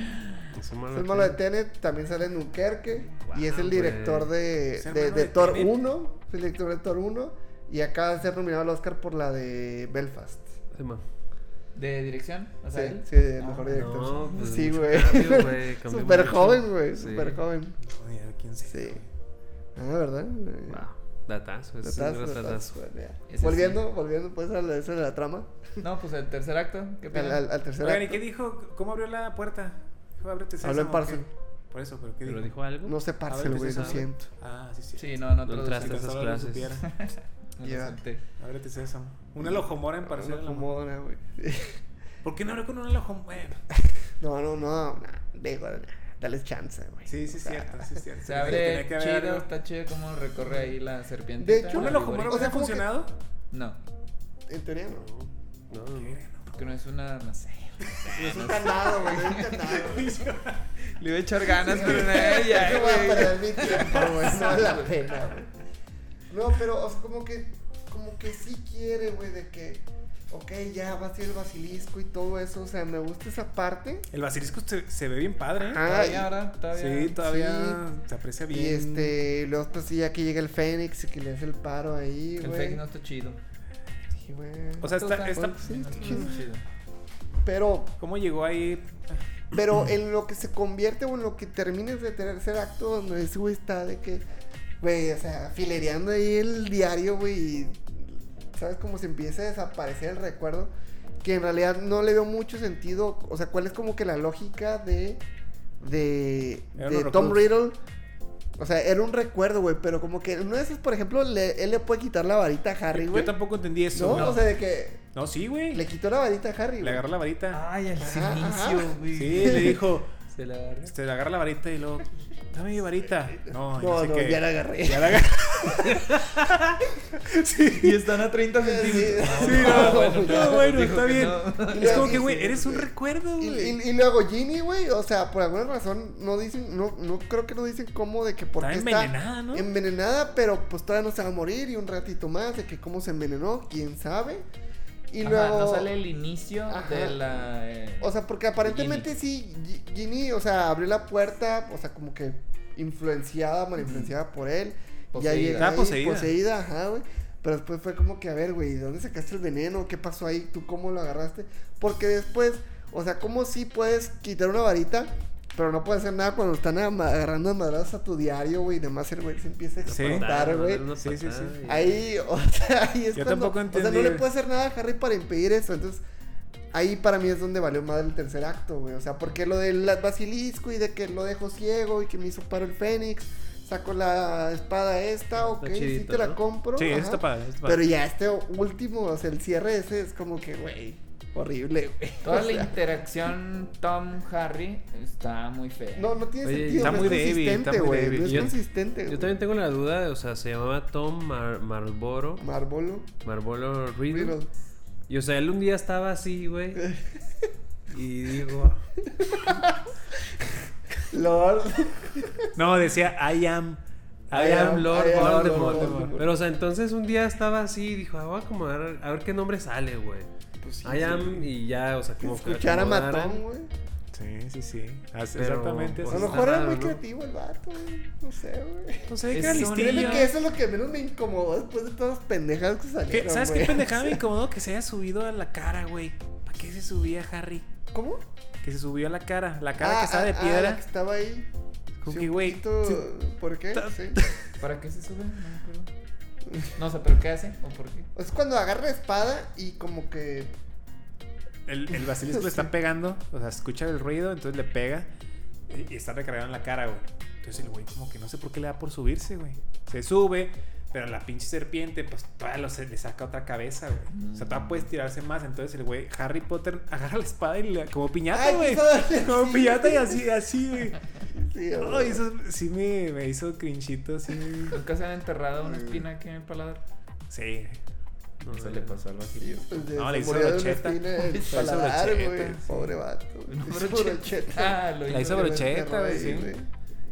Es
Es el malo de Tenet, también sale en Dunkerque. y es el
Guau,
director de,
Es el
de-
malo
de
de
Thor
Tenet.
1. Es el director de Thor 1. Y acaba de ser nominado al Oscar por la de Belfast.
Simón.
¿De dirección? O sea,
Sí,
él.
sí, el
Ah,
mejor
no.
director.
No, pues,
sí,
mucho
güey.
cambio, güey, cambió
Súper
mucho.
joven, güey.
Sí.
Súper joven.
No, ya, ¿Quién sé?
Sí. Ah, ¿verdad?
Wow. Datazo,
Pues
es
Datazo,
un gran
datazo,
datazo.
bueno, ya.
Ese
Volviendo, volviendo pues a la, eso de la trama,
No, pues el tercer acto. ¿Qué
al, al,
pena.
al tercer
Oigan, ¿y
acto.
qué dijo? ¿Cómo abrió la puerta? Dijo, ábrete
Habló en
sésamo,
parcel.
¿qué? Por eso, pero ¿qué
¿Pero
dijo?
dijo algo?
No sé
A
parcel,
ver,
güey,
¿qué
lo
se sabe?
siento.
Ah, sí, sí.
Sí, no, no te
No
lo
entraste.
Si tan
decí,
esas
solo lo
clases.
supiera.
no lo
Ya.
solté.
Ábrete sésamo. Una lojomora en
Una
parcela. amor.
fumona, güey.
¿Por qué no habló con una lojomora?
No, no, no, no, digo, dale chance, güey.
Sí, sí,
O
es
sea,
cierto, sí, es cierto.
Se
Tenía
abre
que haber
chido,
algo.
está chido cómo recorre ahí la serpiente.
De hecho,
¿Una
Ah,
lojomora
o sea,
hubiera
como que-
funcionado?
No,
En teoría no.
No, no, no.
porque no es una, no sé.
Ah,
No es un candado, güey, no es un candado. güey.
Le iba a echar ganas, pero no ella,
eh,
No voy a perder mi tiempo, güey, no vale la pena, güey. No, pero, o sea, como que como que sí quiere, güey, de que, ok, ya va a ser el basilisco y todo eso. O sea, me gusta esa parte.
El basilisco se, se ve bien padre, ¿eh?
Ajá, y-
Todavía, ¿verdad? Todavía.
Sí, todavía se aprecia bien.
Ah, Y este, luego pues sí, ya que llega el Fénix y que le hace el paro ahí,
El
güey.
fake no está chido.
Sí, güey.
O sea,
Otros
está,
están-
está-
Sí, está
no está
chido.
chido.
Pero,
¿Cómo llegó ahí?
pero en lo que se convierte o en lo que termines de tercer acto, donde ese güey está de que, güey, o sea, filereando ahí el diario, güey, y, ¿sabes? Como se empieza a desaparecer el recuerdo, que en realidad no le veo mucho sentido, o sea, ¿cuál es como que la lógica de, de,
Era
de
un
Tom
recluse.
Riddle? O sea, era un recuerdo, güey, pero como que en una de esas, por ejemplo, le- él le puede quitar la varita a Harry,
Yo-
güey.
Yo tampoco entendí eso.
¿No?
No,
O sea, de que
No, sí, güey.
le
Le,
quitó la varita a Harry, güey. Ah,
agarró la varita.
Ay, al
Ajá,
inicio,
ajá.
güey.
Sí, le dijo,
Se la agarra.
este, le agarra la varita y luego, dame mi varita. No,
No,
no,
no,
qué.
ya la agarré.
Ya la agarré.
Y están a 30
Sí,
centímetros. Ah,
sí,
no,
bueno,
no, bueno,
dijo
está
que
bien.
no.
Y
Es
luego-
como
y-
que, güey,
sí,
eres un
güey.
recuerdo,
Y,
güey.
y- y luego Ginny, güey, o sea, por alguna razón no dicen, no, no creo que no dicen cómo de que por
Está
qué
envenenada, ¿no?
envenenada, pero pues todavía no se va a morir y un ratito más de que cómo se envenenó, quién sabe. Y
Ajá,
luego,
no sale el inicio
Ajá.
de la. eh,
o sea, porque aparentemente
Ginny.
sí, Gi- Ginny, o sea, abrió la puerta, o sea, como que influenciada, mal influenciada por él.
Poseída.
Y ahí,
Estaba
ahí,
poseída.
poseída, ajá, güey. Pero después fue como que, a ver, güey, ¿de dónde sacaste el veneno? ¿Qué pasó ahí? ¿Tú cómo lo agarraste? Porque después, o sea, ¿cómo sí puedes quitar una varita? Pero no puedes hacer nada cuando están ama- agarrando a madrazos a tu diario, güey. Y nada más el güey se empieza a
Sí.
explotar, güey.
Sí, sí, sí.
Ahí, o sea, ahí es
Yo
cuando.
tampoco
O sea, no
entendí.
le puede hacer nada a Harry para impedir eso. Entonces, ahí para mí es donde valió más el tercer acto, güey. O sea, porque lo del basilisco y de que lo dejo ciego y que me hizo paro el fénix. Saco la espada esta, ok, sí
chidito,
te la
¿no?
compro.
Sí,
ajá.
eso está padre. eso está
Pero
padre.
ya este último, o sea, el cierre ese es como que, güey, horrible, güey.
Toda
O
la
sea,
interacción Tom-Harry está muy fea.
No, no tiene
Oye,
sentido.
está
no
muy
es
débil, está
consistente,
muy
güey.
débil.
No es
Yo-
consistente,
Yo
güey.
también tengo la duda, o sea, se llamaba Tom Mar- Marlboro.
Marbolo.
Marlboro Riddle.
Riddle.
Y o sea, él un día estaba así, güey. Y digo,
Lord.
No, decía, I am.
I am Lord
I am
Voldemort.
Lord Voldemort.
Pero o sea, entonces un día estaba así y dijo, ah, voy a acomodar, a ver qué nombre sale, güey.
Pues sí,
I am,
sí.
y ya, o sea, como que
Escuchar a
acomodaran.
Matón, güey.
Sí, sí, sí. Hace
Pero,
Exactamente.
pues,
a
así.
lo
está
mejor era
raro,
muy
¿no?
creativo el vato, güey. No sé, güey.
No sé,
Es
que era
un
listillo.
niño
Créeme que eso es lo que menos me incomodó después de todas las pendejadas que
¿Qué-
salieron.
¿Sabes qué
güey.
pendejada me incomodó? Que se haya subido a la cara, güey. ¿Para qué se subía Harry?
¿Cómo?
Que se subió a la cara. La cara que
está
estaba de
Ah, la
piedra.
que estaba ahí.
Como
Sí,
que,
un
güey,
poquito-
sí.
¿Por qué?
Ta-
Sí.
¿Para qué se sube? No me acuerdo. No sé, pero ¿qué hace? ¿O por qué?
O sea, es cuando agarra la espada y como que.
El, el basilisco le está pegando. O sea, escucha el ruido, entonces le pega. Y, y está recargado en la cara, güey. Entonces el güey, como que no sé por qué le da por subirse, güey. Se sube, pero la pinche serpiente, pues todavía lo se- le saca otra cabeza, güey. O sea, todavía puedes tirarse más. Entonces el güey, Harry Potter, agarra la espada y le, como piñata,
Ay,
güey.
quiso darle
Como
así.
piñata y así, así, güey.
Sí,
No,
güey.
eso sí me, me hizo crinchito, sí.
Nunca se han enterrado una espina aquí en el paladar.
Sí.
No
Eso
sé.
le pasó al
Sí,
vacío.
pues,
No,
se
le hizo
murió de una
brocheta.
espina en el
Le hizo
paladar,
brocheta,
güey.
sí.
Pobre vato.
Una
Le hizo
brocheta.
brocheta.
Ah, lo
La hizo
hizo.
Le
brocheta,
enterró
güey,
ahí,
sí.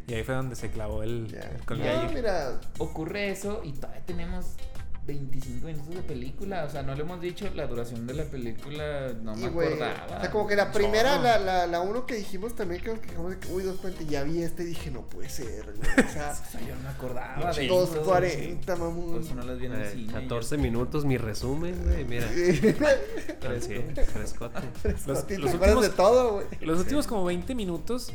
Y ahí fue donde se clavó el,
Ya.
el
Y
colgante.
ahí-
No, mira.
Ocurre eso y todavía tenemos 25 minutos de película. O sea, no le hemos dicho la duración de la película. No
Y,
me
güey,
acordaba.
O sea, como que la primera,
No.
la, la, la uno que dijimos también, que nos quejamos de que, uy, 2.40, ya vi esta y dije, no puede ser, güey. O sea,
O sea, yo no me acordaba de eso.
2.40, mamón.
Por eso no las vi en el
Eh,
cine.
14 minutos, mi resumen, güey. Mira, así, frescote.
Los-
A ti pues, te
los
acuerdas de
últimos-
todo, güey.
Los últimos como 20 minutos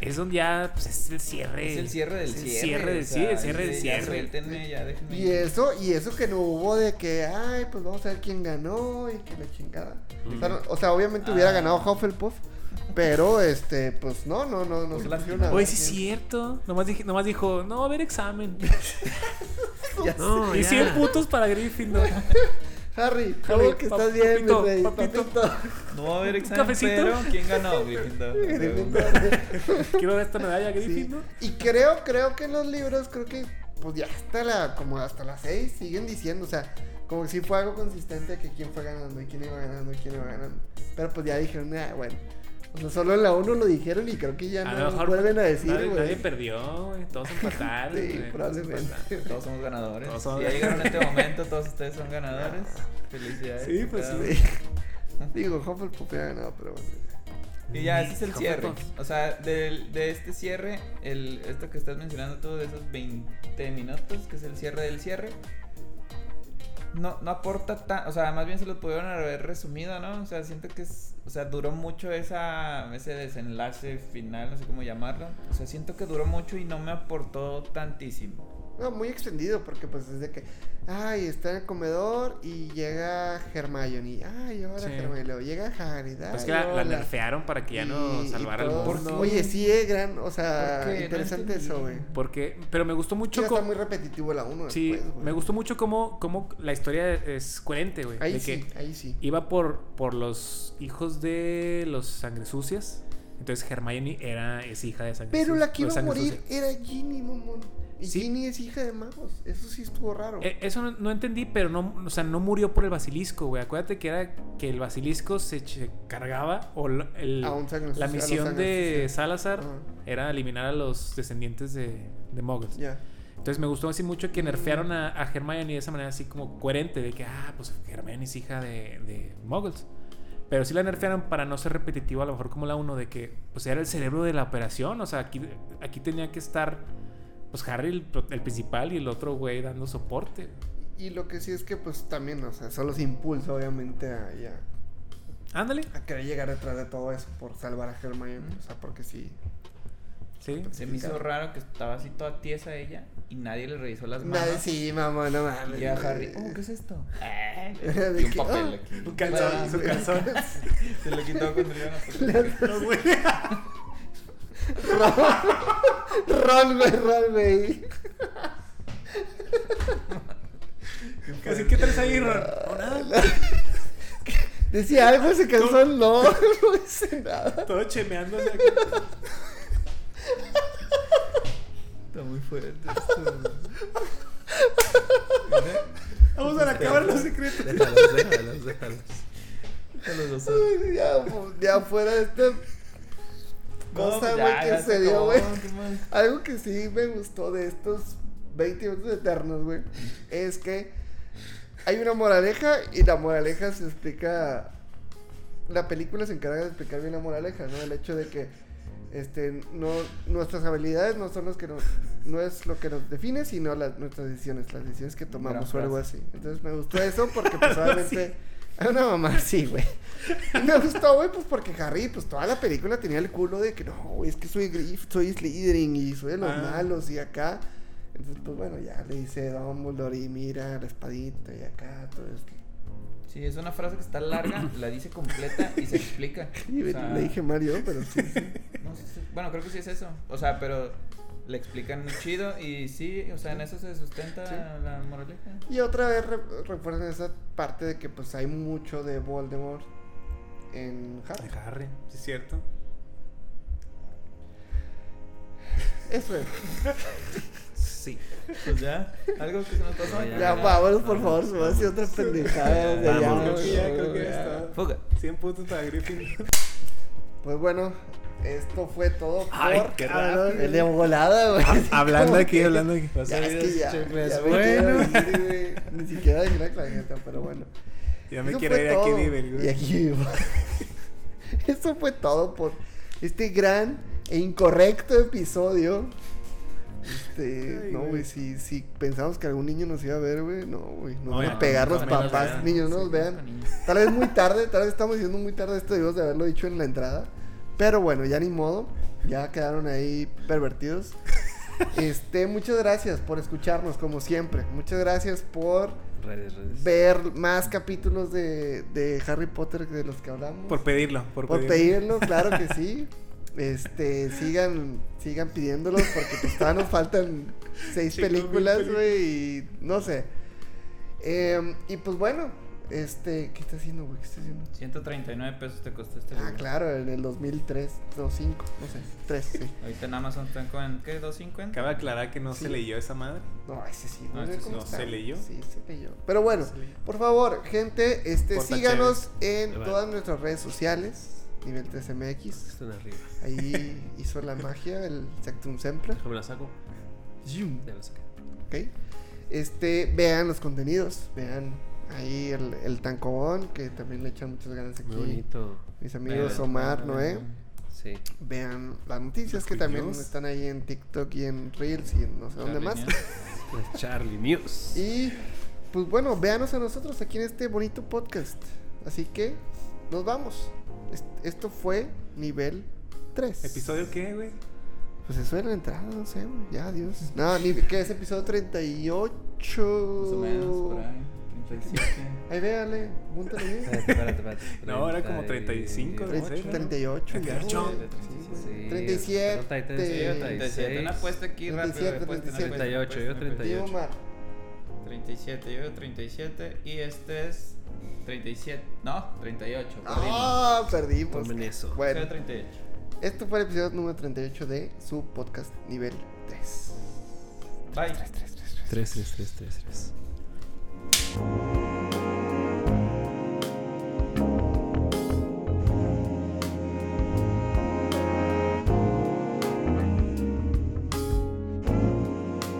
es donde ya pues, es el cierre.
Es el cierre del
Es el
cierre.
cierre del-
o
sí,
sea,
el cierre del
ya
cierre.
suéltenme, ya déjenme
Y
ir.
eso, y eso que no hubo de que, ay, pues vamos a ver quién ganó y que la chingada. O, sea, no- o sea, obviamente hubiera
Ah.
ganado Hufflepuff, pero este, pues no, no, no, no
Pues
se
la-
pusieron a
Oye,
ver
sí es
quién-
cierto. Nomás, dije, nomás dijo, no va a haber examen.
Ya
No,
y
ya.
100 puntos para Gryffindor.
Harry,
Harry,
¿cómo que
pap-
estás bien,
papito,
mi rey?
papito.
No va a haber examen,
cafecito?
pero ¿quién ganó? Gryffindor.
Gryffindor.
Quiero ver esta medalla
Sí.
Gryffindor.
Y creo, creo que en los libros, creo que pues ya hasta la, como hasta las 6 siguen diciendo, o sea, como que sí fue algo consistente que quién fue ganando y quién iba ganando y quién iba ganando. Pero pues ya dijeron, ah, bueno, O sea, solo en la 1 lo dijeron y creo que ya
A
no
lo mejor
vuelven a decir,
nadie,
güey.
nadie perdió, güey. Todos empataron.
Sí,
güey, todos
probablemente.
empataron.
Todos somos ganadores.
Todos somos
Si ya llegaron a este momento, todos ustedes son ganadores. Felicidades.
Sí,
a
pues,
cada
Sí. Digo, Hufflepuff ya ganado, pero bueno.
Y ya, ese es el
Hijo,
cierre.
pues.
O sea, del- de, este cierre, el, esto que estás mencionando tú de esos 20 minutos, que es el cierre del cierre, no, no aporta tan. O sea, más bien se lo pudieron haber resumido, ¿no? O sea, siento que es. O sea, duró mucho esa, ese desenlace final, no sé cómo llamarlo. O sea, siento que duró mucho y no me aportó tantísimo.
No, muy extendido, porque pues es de que, ay, está en el comedor y llega Hermione, ay, ahora
Sí.
Hermione, luego llega Harry,
Pues que la, la
hola.
nerfearon para que ya no
Y- y
salvara al
todos-
mundo.
¿Por
Oye, sí, es gran, o sea,
¿Por qué? No
interesante
entendí.
eso, güey.
Porque, pero me gustó
Sí,
mucho
está
cómo,
muy repetitivo la 1
sí,
después, güey.
me gustó mucho cómo, cómo la historia es coherente, güey.
Ahí
de
sí,
que
ahí sí.
iba por, por los hijos de los sangresucias. Entonces Hermione era es hija de sangre
Pero
sucia-
la
de
que iba a
sangre
morir
sucia.
era Ginny, momón. Y
Sí.
Ginny es hija de magos. Eso sí estuvo raro.
Eh, Eso no, no entendí, pero no, o sea, no murió por el basilisco, güey. Acuérdate que era que el basilisco se che- cargaba o la- el-
A un sangre sucia,
la
a los
misión
sangre
de
sucia.
Salazar
Ajá.
era eliminar a los descendientes de, de Muggles.
Ya.
Entonces me gustó así mucho que nerfearon a, a Hermione de esa manera así como coherente, de que, ah, pues Hermione es hija de, de Muggles. Pero sí la nerfearon para no ser repetitivo, a lo mejor como la 1, de que pues era el cerebro de la operación, o sea, aquí, aquí tenía que estar pues Harry el, pro- el principal y el otro güey dando soporte.
Y lo que sí es que, pues también, o sea, solo se impulsa, obviamente, a, ya,
Ándale.
a querer llegar detrás de todo eso por salvar a Hermione. O sea, porque sí.
Sí.
Se me hizo raro que estaba así toda tiesa ella y nadie le revisó las manos.
Nadie, sí, mamá, no mames.
Y ya
güey.
Harry, oh, ¿qué es esto?
Era Eh. de
y un
que, ah,
papel aquí.
un calzón,
Ah,
su
güey.
calzón.
Se lo quitó cuando le iban a
Le-
poner.
Ron, güey, Ron, güey.
Así que traes ahí, Ron. No, nada.
Decía algo ese calzón, no, no dice nada.
Todo chemeando.
Está muy fuerte esto.
Vamos a la cámara los secretos.
Déjalos, déjalos, déjalos. Déjalos los dos.
Ya, fu- ya fuera de este. Cosa, güey, que se dio,
pues acabó,
güey.
¿qué más?
Algo que sí me gustó de estos 20 minutos eternos, güey, es que hay una moraleja y la moraleja se explica. La película se encarga de explicar bien la moraleja, ¿no? El hecho de que este, no, nuestras habilidades no son los que nos. No es lo que nos define, sino las, nuestras decisiones, las decisiones que tomamos o
Gran
algo
frase.
así. Entonces me gustó eso porque, pues, obviamente. A una mamá, sí, güey. Y Me gustó, güey, pues porque Harry, pues toda la película tenía el culo de que no, güey, es que soy Griff, soy Slytherin y soy de los
Ah.
malos y acá. Entonces, pues bueno, ya le dice Dumbledore y mira la espadita y acá, todo esto.
Sí, es una frase que está larga, la dice completa y se explica.
Y
O sea,
le dije Mario, pero sí, sí.
no sé si- bueno, creo que sí es eso. O sea, pero le explican muy chido y sí, o sea, en eso se sustenta
Sí.
la moraleja.
Y otra vez re- refuerzan esa parte de que pues hay mucho de Voldemort en Harry.
Harry, sí es cierto.
Eso es.
Sí.
Pues ya, algo que se nos pasó.
Ya, vámonos, por favor, se va a hacer otra pendejada. de allá,
Vámonos.
güey,
Ya, creo que ya
ya.
está.
Fuga.
100 puntos para Griffin.
Pues bueno, esto fue todo por
Ay, qué
Ah,
rápido. Ah,
no, de volada, güey. Así
hablando
como
aquí,
que-
hablando aquí.
Ya, es que ya, ya me
bueno.
quiero ir, güey. Ni siquiera dejé la clarineta, pero bueno.
Ya me
Eso
quiero
fue
ir aquí,
todo.
nivel,
Y
güey.
aquí vivo. Eso fue todo por este gran e incorrecto episodio. Este,
Ay,
no,
güey.
güey, si, si pensamos que algún niño nos iba a ver, güey, no, güey. Nos
No,
van
ya,
a pegar
no,
los
no, no, no,
papás.
no,
niños, no nos vean. Tal vez muy tarde, tal vez estamos diciendo muy tarde esto, debimos de haberlo dicho en la entrada. Pero bueno, ya ni modo. Ya quedaron ahí pervertidos. Este, muchas gracias por escucharnos, como siempre. Muchas gracias por
Redes, redes.
ver más capítulos de, de Harry Potter de los que hablamos.
Por pedirlo, por,
Por
pedirlo.
pedirlo, claro que sí. Este, sigan, sigan pidiéndolos porque pues todavía nos faltan seis
Chingo, mil
películas,
películas.
güey, y no sé. Em, y pues bueno, este, ¿qué está haciendo, güey? ¿Qué está haciendo?
139 pesos te costó este
Ah,
libro.
claro, en el 2003, no, 5, no sé, 3, sí.
Ahorita en Amazon están con, ¿qué? ¿250?
Cabe aclarar que no
Sí.
se leyó esa madre.
No, ese sí, no,
No,
sé
ese sí,
cómo
no,
está.
¿se leyó?
Sí, se leyó. Pero bueno,
Se leyó.
por favor, gente, este,
Porta
síganos en
Vale.
todas nuestras redes sociales. nivel 3MX.
Están arriba.
Ahí hizo la magia, el Sectum Sempra.
Déjame la saco.
Zoom.
Ya la saqué.
¿ok? Este, vean los contenidos, vean ahí el, el tancobón, que también le echan muchas ganas aquí.
Muy bonito.
Mis amigos
Vean,
Omar,
vean,
Noé,
Sí.
vean las noticias que también están ahí en TikTok y en Reels y en no sé dónde
Charlie
más.
News.
La Charlie News.
Y pues bueno, véanos a nosotros aquí en este bonito podcast. Así que nos vamos. Est- Esto fue nivel 3.
¿Episodio qué, güey?
Pues eso era la entrada, no sé, güey, ya, adiós. No, ni que es episodio 38.
Más o menos, por ahí. 37.
Ahí véale, apúntale bien.
Espérate, espérate, espérate.
No, era como
35,
35, ¿no?
Tre- 38, ya, güey.
38.
Sí, güey.
Sí,
37.
37,
37. Una apuesta aquí rápido.
37,
apuesta, una
37.
apuesta, apuesta,
38, yo
una
38.
Tío Omar,
37, yo 37 y este es 37, no, 38. perdimos.
Ah, perdimos.
Tomen eso.
Será
Bueno,
38.
esto fue el episodio número 38 de su podcast nivel 3.
Bye.
3, 3, 3, 3.